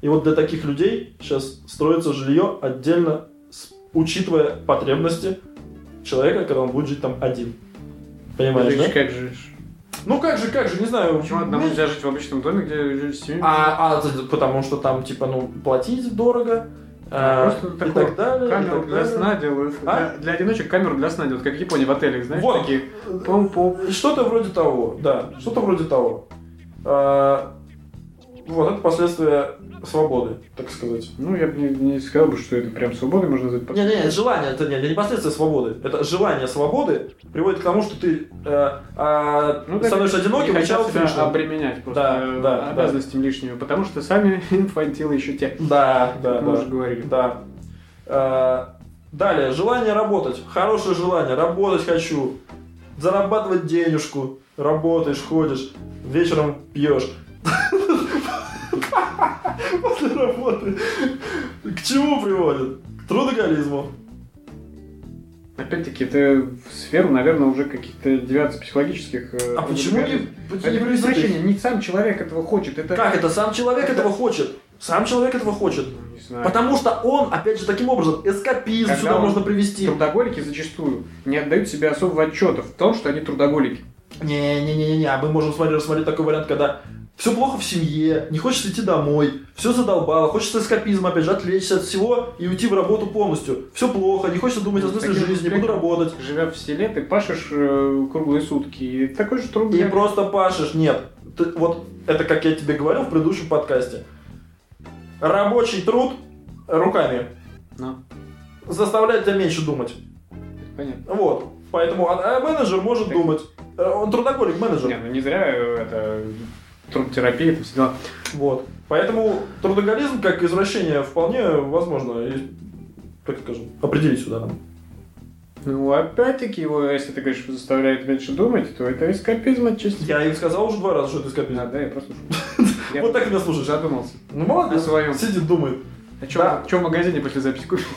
Speaker 1: И вот для таких людей сейчас строится жилье отдельно, с- учитывая потребности человека, когда он будет жить там один. Понимаешь,
Speaker 2: Жить
Speaker 1: да?
Speaker 2: как живешь?
Speaker 1: Ну как же, как же, не знаю. Ну,
Speaker 2: Почему одному нельзя жить в обычном доме, где жили с семьей?
Speaker 1: А, а, т- потому что там, типа, ну, платить дорого, а,
Speaker 2: Просто
Speaker 1: и
Speaker 2: такое,
Speaker 1: так далее, и
Speaker 2: камеру
Speaker 1: так
Speaker 2: для
Speaker 1: далее.
Speaker 2: сна делают.
Speaker 1: А?
Speaker 2: Для, для одиночек камеру для сна делают, как в Японии в отелях, знаешь,
Speaker 1: Вот.
Speaker 2: такие. Пом-пом.
Speaker 1: Что-то вроде того, да, что-то вроде того. А, вот это последствия свободы, так сказать.
Speaker 2: Ну, я бы не, не сказал бы, что это прям свободой можно назвать.
Speaker 1: Не-не, желание, это не, это не последствия свободы. Это желание свободы приводит к тому, что ты э, а,
Speaker 2: Ну, так
Speaker 1: становишься одиноким
Speaker 2: не
Speaker 1: и
Speaker 2: хотят
Speaker 1: child
Speaker 2: себя
Speaker 1: free-шным.
Speaker 2: обременять просто
Speaker 1: Да,
Speaker 2: э,
Speaker 1: да, да.
Speaker 2: обязанностями лишними, потому что сами инфантилы еще те,
Speaker 1: Да, да,
Speaker 2: как мы
Speaker 1: да.
Speaker 2: уже говорили.
Speaker 1: Да. А, Далее, желание работать. Хорошее желание. Работать хочу. Зарабатывать денежку. Работаешь, ходишь. Вечером пьешь. После работы. К чему приводит? К трудоголизму.
Speaker 2: Опять-таки, это в сферу, наверное, уже каких-то девиаций психологических. э,
Speaker 1: А почему не,
Speaker 2: радикализм.
Speaker 1: почему не
Speaker 2: Это
Speaker 1: привести?
Speaker 2: извращение, не сам человек этого хочет, это...
Speaker 1: Как это? Сам человек этого хочет. Сам человек этого хочет.
Speaker 2: Ну, Не знаю.
Speaker 1: Потому что он, опять же, таким образом, эскапизм
Speaker 2: Когда
Speaker 1: сюда
Speaker 2: он-
Speaker 1: можно привести.
Speaker 2: Трудоголики зачастую не отдают себе особого отчета в том, что они трудоголики.
Speaker 1: Не-не-не-не, а мы можем смотреть, рассмотреть такой вариант, когда все плохо в семье, не хочется идти домой, все задолбало, хочется эскапизм, опять же, отвлечься от всего и уйти в работу полностью. Все плохо, не хочется думать о
Speaker 2: Ну, с
Speaker 1: смысле
Speaker 2: таким
Speaker 1: жизни, буду
Speaker 2: успехом.
Speaker 1: работать.
Speaker 2: Живя в селе, ты пашешь э, круглые сутки, и такой же труд.
Speaker 1: И
Speaker 2: для-
Speaker 1: просто пашешь. Нет, ты- вот это как я тебе говорил в предыдущем подкасте. Рабочий труд руками
Speaker 2: Ну,
Speaker 1: заставляет тебя меньше думать.
Speaker 2: понятно.
Speaker 1: Вот. Поэтому а, а менеджер может
Speaker 2: Так.
Speaker 1: думать. Э, Он трудоголик, менеджер.
Speaker 2: Не, ну не зря э, это трудотерапия, это все дела.
Speaker 1: Вот. Поэтому трудоголизм как извращение вполне возможно, и, как скажем, определить сюда нам.
Speaker 2: Ну, опять-таки, его, если ты говоришь, заставляет меньше думать, то это эскапизм отчасти.
Speaker 1: Я им сказал уже два раза, что это эскапизм.
Speaker 2: А, да, я просто ушел. Я
Speaker 1: Вот так и меня слушаешь.
Speaker 2: задумался.
Speaker 1: Ну молодец.
Speaker 2: О своём.
Speaker 1: Сидит, думает.
Speaker 2: А чё,
Speaker 1: Да.
Speaker 2: чё в магазине после записи купить?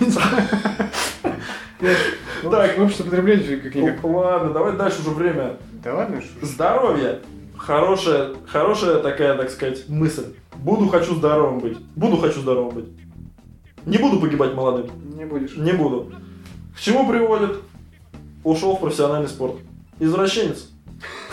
Speaker 2: Так, ну, общество потребления же как-никак.
Speaker 1: Ну, Ладно, давай дальше уже время.
Speaker 2: Да ладно, что ж.
Speaker 1: Здоровье. Хорошая, хорошая такая, так сказать, мысль. Буду хочу здоровым быть. Буду хочу здоровым быть. Не буду погибать молодым.
Speaker 2: не будешь.
Speaker 1: Не буду. К чему приводит? Ушел в профессиональный спорт. Извращенец.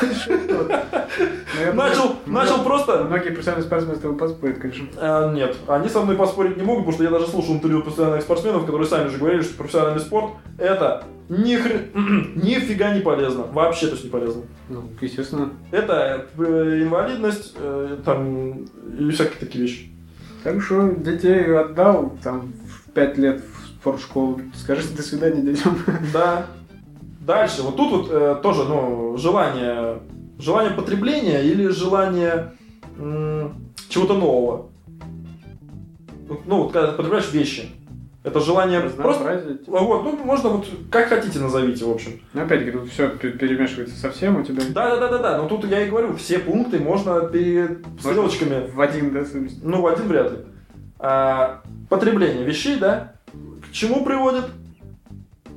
Speaker 2: Наверное,
Speaker 1: Начал,
Speaker 2: ну,
Speaker 1: начал просто...
Speaker 2: Многие профессиональные спортсмены с тобой поспорят, конечно.
Speaker 1: А, нет, они со мной поспорить не могут, потому что я даже слушал интервью профессиональных спортсменов, которые сами же говорили, что профессиональный спорт это ни хрен- нифига не полезно. Вообще то есть не полезно.
Speaker 2: Ну, естественно.
Speaker 1: Это э, инвалидность, э, там, и всякие такие вещи.
Speaker 2: Так что детей отдал там в 5 лет в спортшколу. Скажи до свидания детям.
Speaker 1: Да. Дальше, вот тут вот э, тоже, ну, желание, желание потребления или желание м, чего-то нового. Вот, Ну, вот когда ты потребляешь вещи, это желание просто...
Speaker 2: Разнообразить.
Speaker 1: А Вот, ну, можно вот как хотите назовите, в общем.
Speaker 2: Ну, опять говорю, все перемешивается совсем у тебя.
Speaker 1: Да-да-да-да-да, но тут я и говорю, все пункты можно перед стрелочками
Speaker 2: В один, да, совместить.
Speaker 1: Ну, в один вряд ли. А, потребление вещей, да, к чему приводит?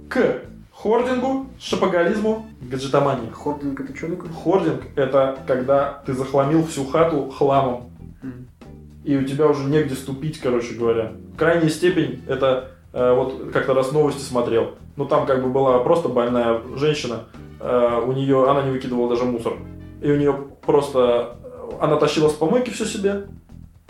Speaker 1: К хордингу, шапоголизму, гаджетомании.
Speaker 2: Хординг это что такое?
Speaker 1: Хординг – это когда ты захламил всю хату хламом,
Speaker 2: М.
Speaker 1: и у тебя уже негде ступить, короче говоря. Крайняя степень – это э, вот как-то раз новости смотрел. Ну, там как бы была просто больная женщина, э, у нее, она не выкидывала даже мусор. И у нее просто, э, она тащила с помойки все себе,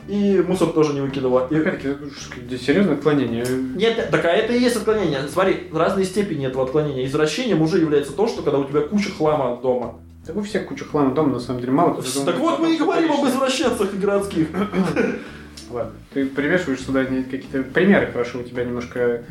Speaker 1: и мусор тоже не выкидывала. И-
Speaker 2: Опять-таки, это ж какие-то серьезные отклонения.
Speaker 1: Нет, так а это и есть отклонение. Смотри, разные степени этого отклонения. Извращением уже является то, что когда у тебя куча хлама дома.
Speaker 2: Да у всех куча хлама дома, на самом деле, мало кто задумывается.
Speaker 1: Так вот мы и говорим об
Speaker 2: Конечно.
Speaker 1: извращенцах и городских.
Speaker 2: Ладно, ты примешиваешь сюда не- какие-то примеры, хорошо, у тебя немножко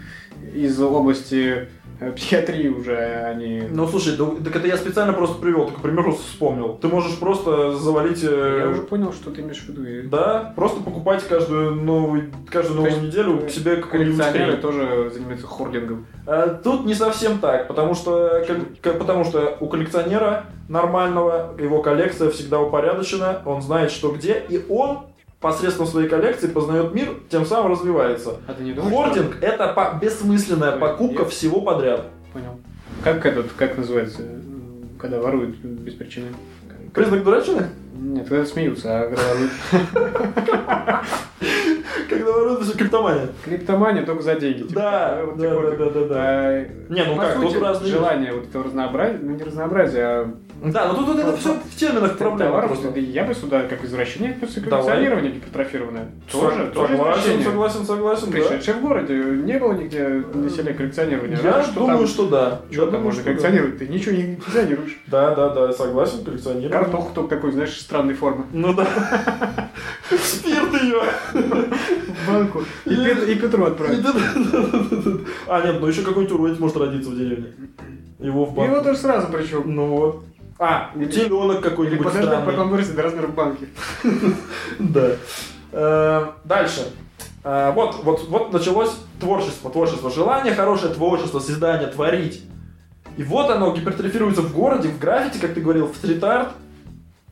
Speaker 2: из области э, психиатрии уже, а не...
Speaker 1: Ну слушай, да- так это я специально просто привел, такой пример просто вспомнил. Ты можешь просто завалить... э,
Speaker 2: Я уже понял, что ты имеешь в виду. и
Speaker 1: Да, просто покупать каждую новую, каждую
Speaker 2: То
Speaker 1: новую
Speaker 2: есть,
Speaker 1: неделю
Speaker 2: э,
Speaker 1: к себе какую-нибудь
Speaker 2: Коллекционеры
Speaker 1: хрень.
Speaker 2: тоже занимаются хордингом.
Speaker 1: А, Тут не совсем так, потому что, кол- ко- потому что у коллекционера нормального его коллекция всегда упорядочена, он знает, что где, и он посредством своей коллекции познает мир, тем самым развивается.
Speaker 2: А ты не думаешь?
Speaker 1: Хординг – это по- бессмысленная
Speaker 2: Ой,
Speaker 1: покупка
Speaker 2: нет.
Speaker 1: всего подряд.
Speaker 2: что- Понял. Как этот, как называется, м, когда воруют без причины?
Speaker 1: Признак дурачины?
Speaker 2: Нет, когда смеются, а когда воруют.
Speaker 1: Когда воруют, это же криптомания.
Speaker 2: Криптомания только за деньги. типа,
Speaker 1: Да,
Speaker 2: вот
Speaker 1: да,
Speaker 2: такой
Speaker 1: да, да, да, да.
Speaker 2: А,
Speaker 1: Не, ну
Speaker 2: по
Speaker 1: как,
Speaker 2: сути,
Speaker 1: тут разные-
Speaker 2: желание вот этого разнообразия, ну не разнообразие, а
Speaker 1: Да, но тут вот это все в терминах проблема.
Speaker 2: товаров,
Speaker 1: просто.
Speaker 2: да я бы сюда как извращение отнесся,
Speaker 1: Давай.
Speaker 2: коллекционирование гипертрофированное. Тоже, тоже
Speaker 1: согласен,
Speaker 2: извращение.
Speaker 1: согласен, согласен, да.
Speaker 2: Пришедшее в городе, не было нигде населения коллекционирования. а
Speaker 1: Я
Speaker 2: Что
Speaker 1: думаю,
Speaker 2: там-
Speaker 1: что да. Я
Speaker 2: Что там
Speaker 1: думаю,
Speaker 2: можно
Speaker 1: что да.
Speaker 2: коллекционировать? Ты ничего не коллекционируешь.
Speaker 1: Да, да, да, согласен, коллекционер.
Speaker 2: Картоху только такой, знаешь, странной формы.
Speaker 1: Ну да. Спирт ее.
Speaker 2: В банку. И, Пет- и Петру отправить.
Speaker 1: А, нет, ну еще какой-нибудь уродец может родиться в деревне. Его в
Speaker 2: Его
Speaker 1: банк.
Speaker 2: тоже сразу причем.
Speaker 1: Ну вот. А,
Speaker 2: Или-
Speaker 1: теленок
Speaker 2: Или
Speaker 1: какой-нибудь
Speaker 2: подождать,
Speaker 1: странный.
Speaker 2: потом вырастет до размера банки.
Speaker 1: Да. Э, Дальше. Э, Вот, вот, вот началось творчество, творчество, желание хорошее, творчество, создание, творить. И вот оно гипертрофируется в городе, в граффити, как ты говорил, в стрит-арт.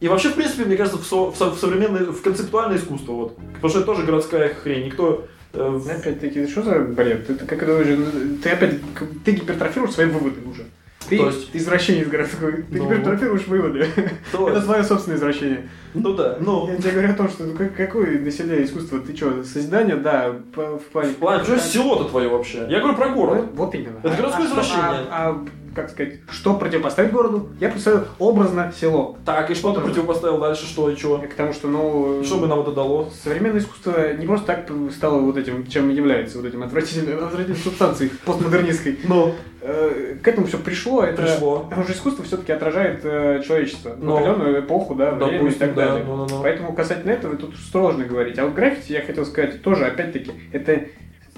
Speaker 1: И вообще, в принципе, мне кажется, в, со- в со- в современное, в концептуальное искусство. Вот. Потому что это тоже городская хрень. Никто... э, в-
Speaker 2: Опять-таки, что за бред? Ты, ты как это уже, ну, ты опять, к- ты гипертрофируешь свои выводы уже. Ты
Speaker 1: То есть?
Speaker 2: извращение из городской. Ты
Speaker 1: Ну.
Speaker 2: гипертрофируешь выводы.
Speaker 1: то-
Speaker 2: Это твое собственное извращение.
Speaker 1: Ну да, ну...
Speaker 2: Я тебе говорю о том, что ну, как- какое население искусство? Ты что, созидание? Да, по- в плане...
Speaker 1: Ладно, что село-то твое вообще? Я говорю про город.
Speaker 2: Вот, вот именно.
Speaker 1: Это городское
Speaker 2: что-
Speaker 1: извращение.
Speaker 2: а- а, как сказать, что противопоставить городу? Я представляю образно село.
Speaker 1: Так, и что ты
Speaker 2: Тоже.
Speaker 1: противопоставил дальше, что и чего?
Speaker 2: К тому, что, ну...
Speaker 1: Что бы нам это дало?
Speaker 2: Современное искусство не просто так стало вот этим, чем является, вот этим отвратительной, отвратительной субстанцией постмодернистской.
Speaker 1: Ну,
Speaker 2: Э, К этому все пришло, это...
Speaker 1: пришло.
Speaker 2: Потому что искусство все-таки отражает э, человечество,
Speaker 1: Ну.
Speaker 2: в определенную эпоху, да, время и
Speaker 1: Допустим,
Speaker 2: так
Speaker 1: да,
Speaker 2: далее.
Speaker 1: ну, ну, ну.
Speaker 2: Поэтому касательно этого тут сложно говорить. А вот граффити, я хотел сказать, тоже, опять-таки, это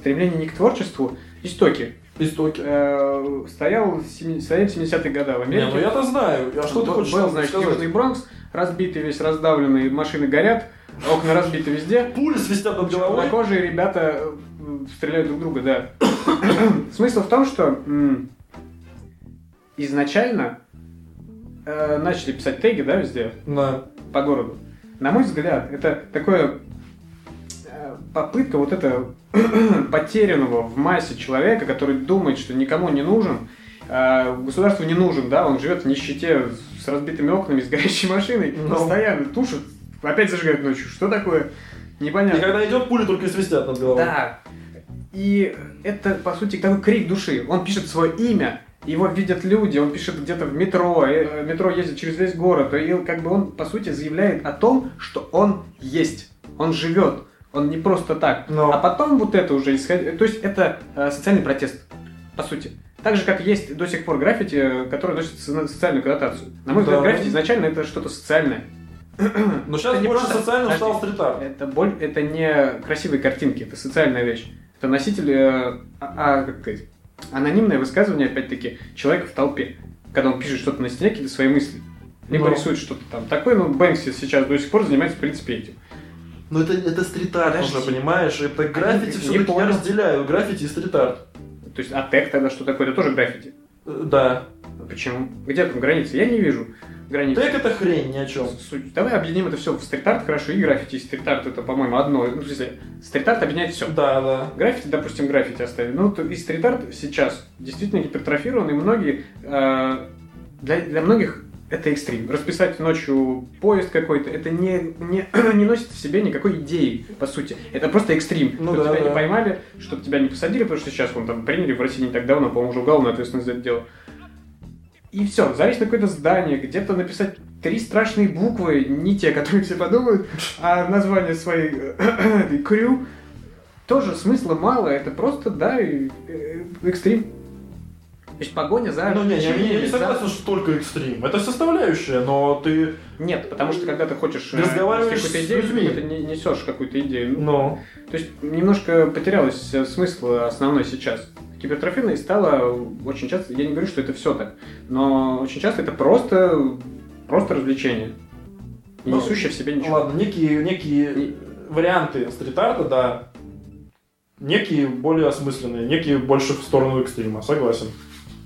Speaker 2: стремление не к творчеству, истоки.
Speaker 1: Истоки.
Speaker 2: Э, стоял в семи- стояли в 70-е годы в
Speaker 1: Не,
Speaker 2: Америке.
Speaker 1: ну я-то знаю. А что ты
Speaker 2: Был-
Speaker 1: хочешь
Speaker 2: Был,
Speaker 1: там
Speaker 2: значит, Южный
Speaker 1: сказать?
Speaker 2: Бронкс, разбитый весь, раздавленный, машины горят, окна разбиты везде.
Speaker 1: Пули свистят над головой.
Speaker 2: Чернокожие ребята э, стреляют друг друга, да. Смысл в том, что м, изначально э, начали писать теги, да, везде,
Speaker 1: Да.
Speaker 2: по городу. на мой взгляд, это такое э, попытка вот этого потерянного в массе человека, который думает, что никому не нужен, э, государству не нужен, да, он живет в нищете с разбитыми окнами, с горящей машиной,
Speaker 1: Ну.
Speaker 2: постоянно тушит, опять зажигает ночью. Что такое? Непонятно.
Speaker 1: И когда идет, пули только и свистят над головой.
Speaker 2: Да. И это, по сути, такой крик души. Он пишет свое имя, его видят люди, он пишет где-то в метро, э, метро ездит через весь город, и как бы он, по сути, заявляет о том, что он есть, он живет, он не просто так.
Speaker 1: Но.
Speaker 2: А потом вот это уже исход- То есть это э, социальный протест, по сути. Так же, как есть до сих пор граффити, э, которые носят со- социальную коннотацию. На мой взгляд,
Speaker 1: Да.
Speaker 2: граффити изначально это что-то социальное.
Speaker 1: Но сейчас
Speaker 2: Это не
Speaker 1: больше
Speaker 2: просто-
Speaker 1: социально
Speaker 2: Подожди.
Speaker 1: стал стрит-арт.
Speaker 2: Это боль, это не красивые картинки, это социальная вещь. Это носитель, э, а, а, как сказать, анонимное высказывание, опять-таки, человека в толпе. Когда он пишет что-то на стене, какие-то свои мысли. Либо
Speaker 1: Ну.
Speaker 2: рисует что-то там такое, ну, Бэнкси сейчас до сих пор занимается, в принципе, этим.
Speaker 1: Ну это, это стрит-арт
Speaker 2: Подожди.
Speaker 1: уже, понимаешь? Это граффити
Speaker 2: не
Speaker 1: все-таки А я
Speaker 2: понял.
Speaker 1: разделяю. Граффити и стрит-арт.
Speaker 2: То есть, а тег тогда что такое? Это тоже граффити. Ну,
Speaker 1: Э, Да.
Speaker 2: Почему? Где там границы? Я не вижу границы.
Speaker 1: Тег это хрень ни о чем.
Speaker 2: Суть- Давай объединим это все в стрит-арт, хорошо, и граффити, и стрит-арт это, по-моему, одно. Ну, в смысле, стрит-арт объединяет все.
Speaker 1: Да, да.
Speaker 2: Граффити, допустим, граффити оставили. Ну, то и стрит-арт сейчас действительно гипертрофирован, и многие... э, для, для многих это экстрим. Расписать ночью поезд какой-то, это не, не, не носит в себе никакой идеи, по сути. Это просто экстрим.
Speaker 1: Ну
Speaker 2: чтобы
Speaker 1: да,
Speaker 2: тебя
Speaker 1: да.
Speaker 2: не поймали, чтобы тебя не посадили, потому что сейчас вон там приняли в России не так давно, по-моему, уже уголовную ответственность за это дело. И все, залезть на какое-то здание, где-то написать три страшные буквы, не те, которые все подумают, а название своей этой крю, тоже смысла мало, это просто, да, и, э, экстрим. То есть погоня за...
Speaker 1: Ну не, я, я
Speaker 2: ощущениями,
Speaker 1: не
Speaker 2: за-
Speaker 1: согласен, что только экстрим. Это составляющая, но ты...
Speaker 2: Нет, потому что когда ты хочешь... э,
Speaker 1: Разговариваешь
Speaker 2: нести какую-то
Speaker 1: с
Speaker 2: идею,
Speaker 1: людьми.
Speaker 2: Ты не- несешь какую-то идею. Ну,
Speaker 1: Ну,
Speaker 2: То есть немножко потерялось э, смысл основной сейчас. Гипертрофиной стало очень часто... Я не говорю, что это все так, но очень часто это просто, просто развлечение. Не
Speaker 1: Ну,
Speaker 2: несущее в себе ничего.
Speaker 1: ладно, некие, некие
Speaker 2: И-
Speaker 1: варианты стрит-арта, да. Некие более осмысленные, некие больше в сторону экстрима. Согласен.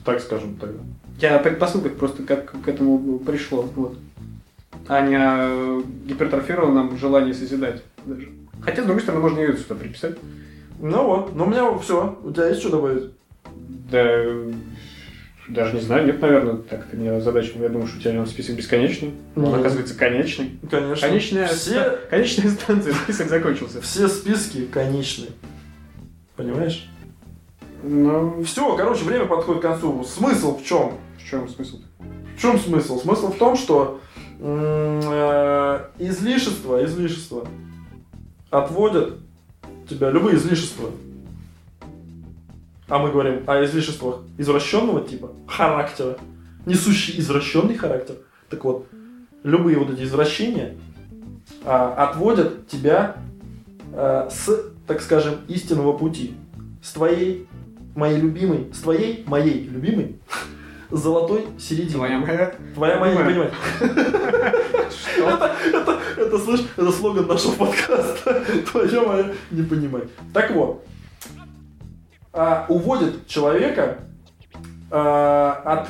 Speaker 1: Так скажем тогда.
Speaker 2: Я о предпосылках просто как к этому пришло, вот. А не о гипертрофированном желании созидать даже. Хотя, с другой стороны, можно и это сюда приписать.
Speaker 1: Ну вот, ну у меня все. У тебя есть что добавить?
Speaker 2: Да, э, даже не знаю, нет, наверное, так ты меня задачу. Я думаю, что у тебя наверное, список бесконечный. Он,
Speaker 1: Нет.
Speaker 2: оказывается, конечный.
Speaker 1: Ну, Конечно.
Speaker 2: Ну, Конечная,
Speaker 1: Все,
Speaker 2: ста- конечная станция, список закончился.
Speaker 1: все списки конечны. Понимаешь?
Speaker 2: Ну,
Speaker 1: Все, короче, время подходит к концу. Смысл в чем?
Speaker 2: в чем смысл?
Speaker 1: В чем смысл? Смысл в том, что м, э, излишества, излишества отводят тебя, любые излишества. А мы говорим о излишествах извращенного типа, характера, несущий извращенный характер. Так вот, любые вот эти извращения а, отводят тебя а, с, так скажем, истинного пути. С твоей, моей любимой, с твоей, моей любимой, золотой середины.
Speaker 2: Твоя моя.
Speaker 1: Твоя моя не
Speaker 2: Понимаю.
Speaker 1: понимает.
Speaker 2: Что?
Speaker 1: Это, это, слышь, это слоган нашего подкаста. Твоя моя не понимает. Так вот. А, уводит человека а, от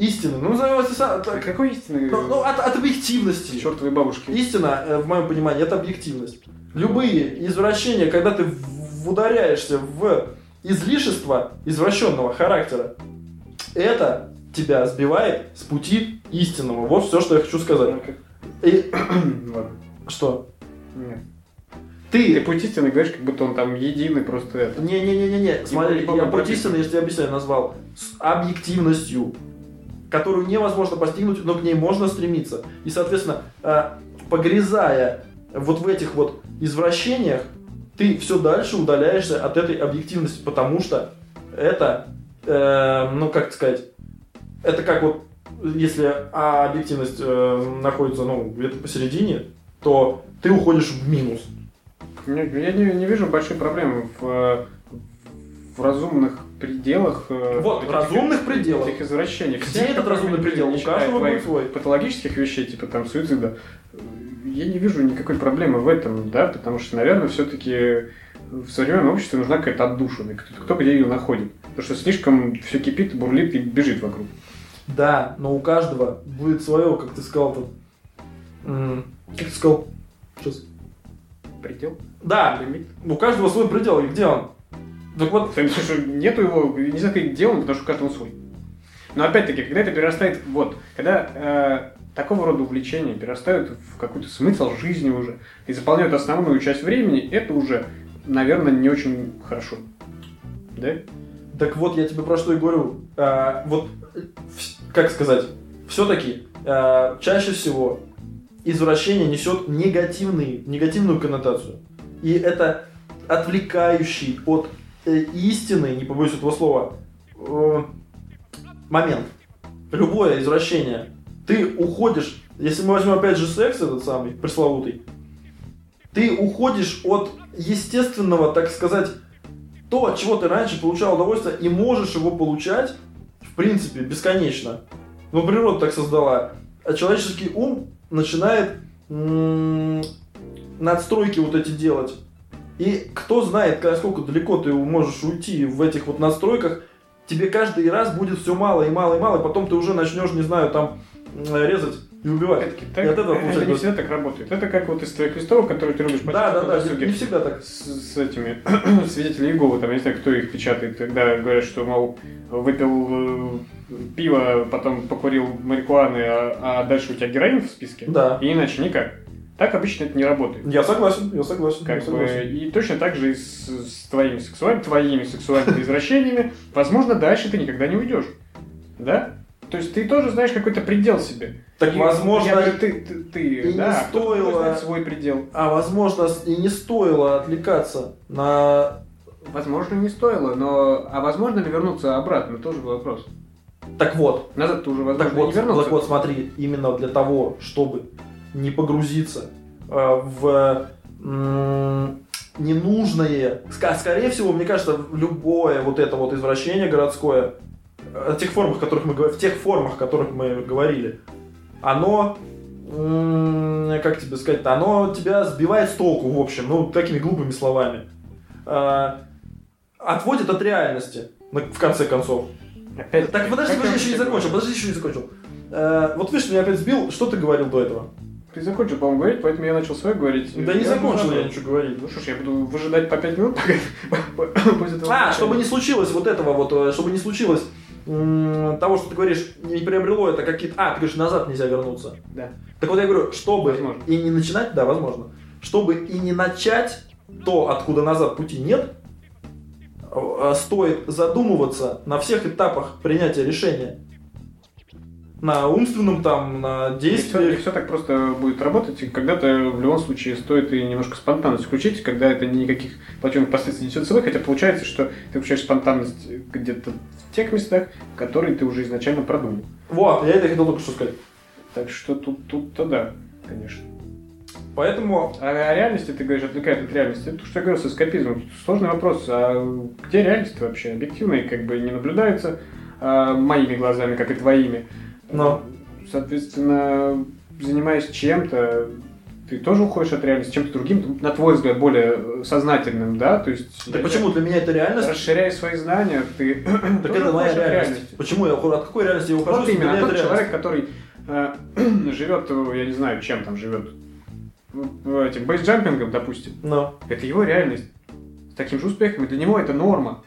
Speaker 1: истины. Ну, назовем это
Speaker 2: А
Speaker 1: так.
Speaker 2: Какой истинный?
Speaker 1: Ну, ну, от, от объективности.
Speaker 2: Чертовой бабушки.
Speaker 1: Истина, э, в моем понимании, это объективность. Любые извращения, когда ты в- в- ударяешься в излишество извращенного характера, это тебя сбивает с пути истинного. Вот все, что я хочу сказать.
Speaker 2: Ну, как-
Speaker 1: И
Speaker 2: Ладно.
Speaker 1: что?
Speaker 2: Нет. Ты
Speaker 1: Ты...
Speaker 2: путь истины говоришь, как будто он там единый просто это.
Speaker 1: Не-не-не-не-не, смотри,
Speaker 2: либо
Speaker 1: я
Speaker 2: мы
Speaker 1: путь
Speaker 2: прописываем.
Speaker 1: истины, я же тебе объясняю, назвал с объективностью, которую невозможно постигнуть, но к ней можно стремиться. И, соответственно, э, погрязая вот в этих вот извращениях, ты все дальше удаляешься от этой объективности, потому что это, э, ну как сказать, это как вот, если а, объективность э, находится, ну, где-то посередине, то ты уходишь в минус.
Speaker 2: Не- Я не, не вижу большой проблемы в, э, в разумных пределах. э,
Speaker 1: Вот,
Speaker 2: этих-
Speaker 1: разумных пределах.
Speaker 2: Этих извращений.
Speaker 1: Где
Speaker 2: Все
Speaker 1: этот
Speaker 2: это
Speaker 1: разумный
Speaker 2: проблемы,
Speaker 1: предел?
Speaker 2: не
Speaker 1: У
Speaker 2: считая
Speaker 1: каждого будет
Speaker 2: твоих
Speaker 1: свой.
Speaker 2: патологических вещей, типа там суицида. э, Я не вижу никакой проблемы в этом, да, потому что, наверное, все-таки в современном обществе нужна какая-то отдушина, и кто, кто где ее находит. Потому что слишком все кипит, бурлит и бежит вокруг.
Speaker 1: Да, но у каждого будет свое, как ты сказал, там, М, Как ты сказал? Сейчас.
Speaker 2: Предел?
Speaker 1: Да,
Speaker 2: Лимит?
Speaker 1: у каждого свой предел, и где он? Так вот,
Speaker 2: Потому что нету его, не знаю, как делаем, потому что у каждого свой. Но опять-таки, когда это перерастает, вот, когда э, такого рода увлечения перерастают в какой-то смысл жизни уже и заполняют основную часть времени, это уже, наверное, не очень хорошо. Да?
Speaker 1: Так вот, я тебе про что и говорю. А, вот, э, в- как сказать, все-таки чаще всего извращение несет негативный, негативную коннотацию. И это отвлекающий от э, истины, не побоюсь этого слова, э, момент. Любое извращение. Ты уходишь, если мы возьмем опять же секс этот самый, пресловутый, ты уходишь от естественного, так сказать, то, от чего ты раньше получал удовольствие, и можешь его получать, в принципе, бесконечно. Но природа так создала. А человеческий ум начинает м, надстройки вот эти делать. И кто знает, насколько далеко ты можешь уйти в этих вот настройках, тебе каждый раз будет все мало и мало и мало, и потом ты уже начнешь, не знаю, там м, резать и убивать.
Speaker 2: Опять-таки, так,
Speaker 1: И от этого
Speaker 2: это не
Speaker 1: получается-
Speaker 2: всегда так работает. Это как вот из твоих листовок, которые ты любишь
Speaker 1: Да, да,
Speaker 2: почитать на
Speaker 1: да,
Speaker 2: досуге.
Speaker 1: не всегда так.
Speaker 2: с, с этими свидетелями Иеговы, там, я не знаю, кто их печатает, когда говорят, что, мол, выпил э, пиво, потом покурил марихуаны, а, а дальше у тебя героин в списке,
Speaker 1: Да.
Speaker 2: и иначе никак. Так обычно это не работает.
Speaker 1: Я согласен, я согласен. я
Speaker 2: Как бы,
Speaker 1: согласен.
Speaker 2: и точно так же и с, с твоими, сексуаль- твоими сексуальными извращениями, возможно, дальше ты никогда не уйдешь. Да? То есть ты тоже знаешь какой-то предел себе.
Speaker 1: Так,
Speaker 2: И
Speaker 1: возможно,
Speaker 2: я говорю, ты, ты, ты,
Speaker 1: и
Speaker 2: да,
Speaker 1: не
Speaker 2: а кто-то
Speaker 1: стоило.
Speaker 2: знает свой предел.
Speaker 1: А возможно, с- и не стоило отвлекаться на...
Speaker 2: Возможно, не стоило, но... А возможно ли вернуться обратно? Тоже вопрос.
Speaker 1: Так вот,
Speaker 2: Назад ты уже,
Speaker 1: так
Speaker 2: возможно,
Speaker 1: вот,
Speaker 2: не вернулся.
Speaker 1: так вот, смотри, именно для того, чтобы не погрузиться э, в м, ненужные... ска- Скорее всего, мне кажется, любое вот это вот извращение городское, о тех формах, о которых мы, говор- в тех формах, о которых мы говорили, оно, м, как тебе сказать-то, оно тебя сбивает с толку, в общем, ну, такими глупыми словами. А, отводит от реальности, на- в конце концов.
Speaker 2: Опять.
Speaker 1: Так, подожди,
Speaker 2: Как
Speaker 1: подожди,
Speaker 2: я
Speaker 1: еще не
Speaker 2: вообще
Speaker 1: закончил,
Speaker 2: говорю?
Speaker 1: подожди, еще не закончил. Э, вот видишь, меня опять сбил, что ты говорил до этого?
Speaker 2: Ты закончил, по-моему, говорить, поэтому я начал свое говорить.
Speaker 1: Да не
Speaker 2: Я
Speaker 1: закончил
Speaker 2: буду-
Speaker 1: я ничего говорить.
Speaker 2: Ну что ж, я буду выжидать по 5 минут, пока после этого...
Speaker 1: А, чтобы не случилось вот этого вот, э, чтобы не случилось м, того, что ты говоришь, не приобрело это какие-то... А, ты говоришь, назад нельзя вернуться.
Speaker 2: Да.
Speaker 1: Так вот я говорю, чтобы
Speaker 2: Возможно.
Speaker 1: и не начинать, да, возможно, чтобы и не начать то, откуда назад пути нет, э, стоит задумываться на всех этапах принятия решения. На умственном там, на
Speaker 2: Все,
Speaker 1: действиях.
Speaker 2: так просто будет работать, и когда-то в любом случае стоит и немножко спонтанность включить, когда это никаких плачевных последствий не несет с собой, хотя получается, что ты включаешь спонтанность где-то в тех местах, которые ты уже изначально продумал.
Speaker 1: Вот, я это хотел только что сказать.
Speaker 2: Так что тут, тут-то да, конечно.
Speaker 1: Поэтому
Speaker 2: А о реальности ты говоришь, отвлекает от реальности. Это то, что я говорил с эскапизмом. Тут Сложный вопрос. А где реальность вообще? Объективные как бы не наблюдаются а, моими глазами, как и твоими.
Speaker 1: Но.
Speaker 2: Соответственно, занимаясь чем-то, ты тоже уходишь от реальности, чем-то другим, на твой взгляд, более э, сознательным, да? То есть...
Speaker 1: Так почему Ну, для меня это реальность?
Speaker 2: Расширяя свои знания, ты...
Speaker 1: Так это моя реальность. Почему я ухожу? От какой реальности я ухожу?
Speaker 2: Вот
Speaker 1: если для
Speaker 2: именно, а
Speaker 1: меня
Speaker 2: тот
Speaker 1: это
Speaker 2: человек,
Speaker 1: реальность?
Speaker 2: который э, живет, э, я не знаю, чем там живет, э, этим бейсджампингом, допустим,
Speaker 1: Ну,
Speaker 2: это его реальность. С таким же успехом, и для него это норма.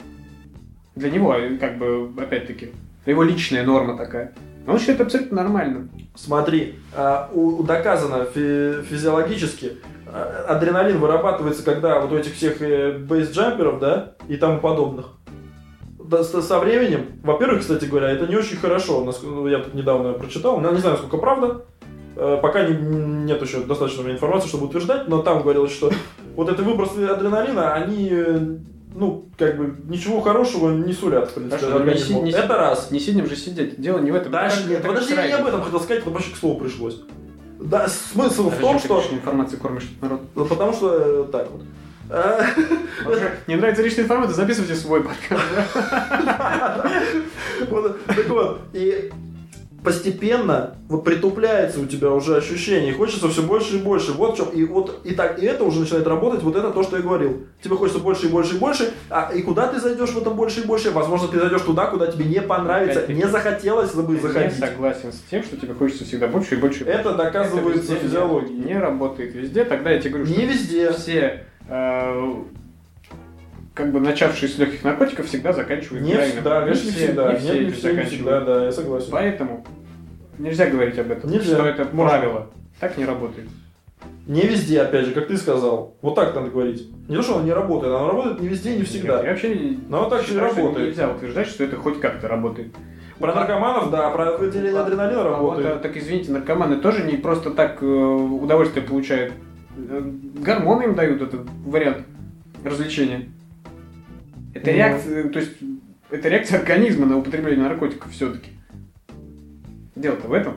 Speaker 2: Для него, э, как бы, опять-таки, его личная норма такая. Он считает это абсолютно нормально.
Speaker 1: смотри, а, у- у- доказано фи- физиологически, а, адреналин вырабатывается, когда вот у этих всех э, бейсджамперов, да, и тому подобных. Да, со со временем, во-первых, кстати говоря, это не очень хорошо, Наск- ну, я тут недавно прочитал, но не знаю, насколько правда, Э, пока не- нет еще достаточно у меня информации, чтобы утверждать, но там говорилось, что вот эти выбросы адреналина, они, э, ну, как бы, ничего хорошего не сулят, в принципе,
Speaker 2: Хорошо,
Speaker 1: организму.
Speaker 2: не си- не си-
Speaker 1: Это раз.
Speaker 2: Не сидим же сидеть. Дело не в этом.
Speaker 1: Дальше
Speaker 2: Это
Speaker 1: нет.
Speaker 2: как
Speaker 1: Подожди, я
Speaker 2: страйк.
Speaker 1: не об этом хотел сказать, но вообще к слову пришлось. Да, смысл в
Speaker 2: Подожди,
Speaker 1: том,
Speaker 2: ты
Speaker 1: что...
Speaker 2: лишней информацией кормишь этот народ.
Speaker 1: Ну, Потому что э, так вот. Э,
Speaker 2: Вообще, Не нравится лишняя информация, записывайте свой подкаст.
Speaker 1: Вот, Так вот, и постепенно вот притупляется у тебя уже ощущение, и хочется все больше и больше. Вот в чем. И вот и так, и это уже начинает работать, вот это то, что я говорил. Тебе хочется больше и больше и больше, а и куда ты зайдешь в этом больше и больше, возможно, ты зайдешь туда, куда тебе не понравится,
Speaker 2: Опять-таки.
Speaker 1: не захотелось забы-
Speaker 2: Я
Speaker 1: заходить.
Speaker 2: согласен с тем, что тебе хочется всегда больше и больше. и больше.
Speaker 1: Это доказывается
Speaker 2: везде
Speaker 1: физиологией.
Speaker 2: Не работает везде. Тогда я тебе говорю,
Speaker 1: Не
Speaker 2: что
Speaker 1: везде.
Speaker 2: все э, как бы начавшие с легких наркотиков всегда заканчивают
Speaker 1: Не
Speaker 2: правильно.
Speaker 1: всегда,
Speaker 2: Не
Speaker 1: конечно, не
Speaker 2: все-
Speaker 1: всегда.
Speaker 2: не
Speaker 1: Нет,
Speaker 2: все
Speaker 1: не
Speaker 2: этим
Speaker 1: все, не
Speaker 2: заканчивают.
Speaker 1: всегда, да, я согласен.
Speaker 2: Поэтому нельзя говорить об этом,
Speaker 1: Нельзя.
Speaker 2: что это
Speaker 1: Можно.
Speaker 2: правило. Так не работает.
Speaker 1: Не везде, опять же, как ты сказал. Вот так надо говорить. Не то, что оно не работает, оно работает не везде и не
Speaker 2: Нет, Я
Speaker 1: всегда.
Speaker 2: вообще не-
Speaker 1: Но оно так же и
Speaker 2: считаю, что
Speaker 1: работает.
Speaker 2: Нельзя утверждать, что это хоть как-то работает.
Speaker 1: Про наркоманов, да, про выделение адреналина
Speaker 2: Вот,
Speaker 1: работает.
Speaker 2: а, так извините, наркоманы тоже не просто так э, удовольствие получают. Э, Гормоны им дают этот вариант развлечения. Это
Speaker 1: Ну.
Speaker 2: реакция, э, то есть это реакция организма на употребление наркотиков все-таки. Дело-то в этом.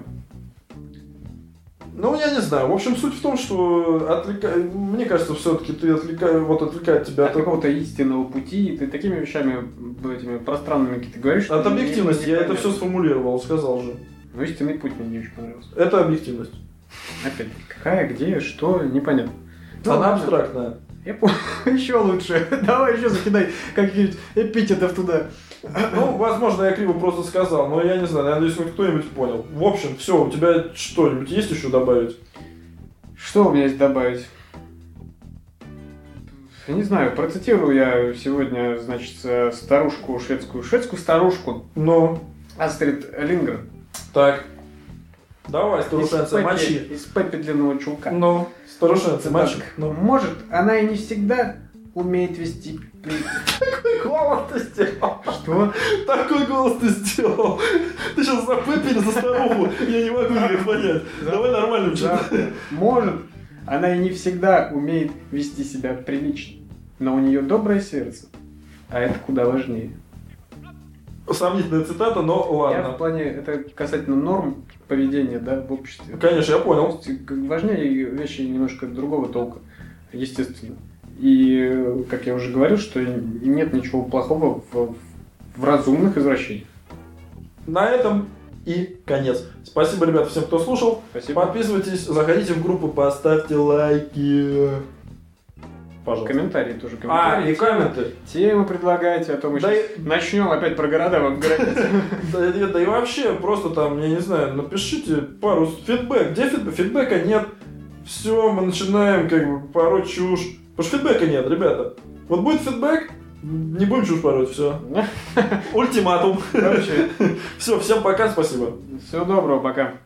Speaker 1: Ну, я не знаю. В общем, суть в том, что отвлека- мне кажется, все-таки ты отвлека... вот отвлекает тебя
Speaker 2: От
Speaker 1: от,
Speaker 2: какого-то истинного пути, и ты такими вещами, м, этими пространными какие-то говоришь.
Speaker 1: от
Speaker 2: что не-
Speaker 1: объективности.
Speaker 2: не
Speaker 1: Я это
Speaker 2: понятно.
Speaker 1: все сформулировал, сказал же.
Speaker 2: Ну, истинный путь мне не очень понравился.
Speaker 1: Это объективность.
Speaker 2: Опять, какая, где, что, непонятно. Ну,
Speaker 1: Она
Speaker 2: ладно.
Speaker 1: абстрактная.
Speaker 2: Я понял. Еще лучше. Давай еще закидай каких-нибудь эпитетов туда.
Speaker 1: Ну, возможно, я криво просто сказал, но я не знаю. Я надеюсь, хоть кто-нибудь понял. В общем, все, у тебя что-нибудь есть еще добавить?
Speaker 2: Что у меня есть добавить? Не знаю, процитирую я сегодня, значит, э, старушку шведскую, шведскую старушку
Speaker 1: Ну,
Speaker 2: Астрид Лингрен.
Speaker 1: так. Давай,
Speaker 2: Из
Speaker 1: старушенцы,
Speaker 2: Пеппи-
Speaker 1: мочи.
Speaker 2: Из Пеппи длинного чулка.
Speaker 1: Ну, старушенцы, мочи.
Speaker 2: Так,
Speaker 1: Ну,
Speaker 2: Может, она и не всегда умеет вести... при-
Speaker 1: какой голос ты сделал?
Speaker 2: Что?
Speaker 1: Такой голос ты сделал. Ты сейчас за Пеппи или за старуху. Я не могу ее понять. Давай нормально
Speaker 2: Да,
Speaker 1: что-то.
Speaker 2: может, она и не всегда умеет вести себя прилично, но у нее доброе сердце, а это куда важнее.
Speaker 1: Сомнительная цитата, но
Speaker 2: Я в
Speaker 1: ладно.
Speaker 2: плане, это касательно норм поведения, да, в обществе.
Speaker 1: Конечно, я понял.
Speaker 2: То есть, как важнее вещи немножко другого толка, естественно. И, э, как я уже говорил, что нет ничего плохого в, в разумных извращениях.
Speaker 1: На этом и конец. Спасибо, ребята, всем, кто слушал.
Speaker 2: Спасибо.
Speaker 1: Подписывайтесь, заходите в группу, поставьте лайки. Пожалуйста.
Speaker 2: Комментарии тоже.
Speaker 1: А,
Speaker 2: Комментарии.
Speaker 1: и комменты.
Speaker 2: Темы предлагайте, а то мы
Speaker 1: Да
Speaker 2: сейчас начнем опять про города вам говорить.
Speaker 1: Да, и- да и вообще, просто там, я не знаю, напишите пару с- фидбэк. Где фидбэк? Фидбэка нет. Все, мы начинаем как бы пороть чушь. Потому что фидбэка нет, ребята. Вот будет фидбэк, не будем чушь пороть, все. Ультиматум.
Speaker 2: Короче,
Speaker 1: Все, всем пока, спасибо.
Speaker 2: всего доброго, пока.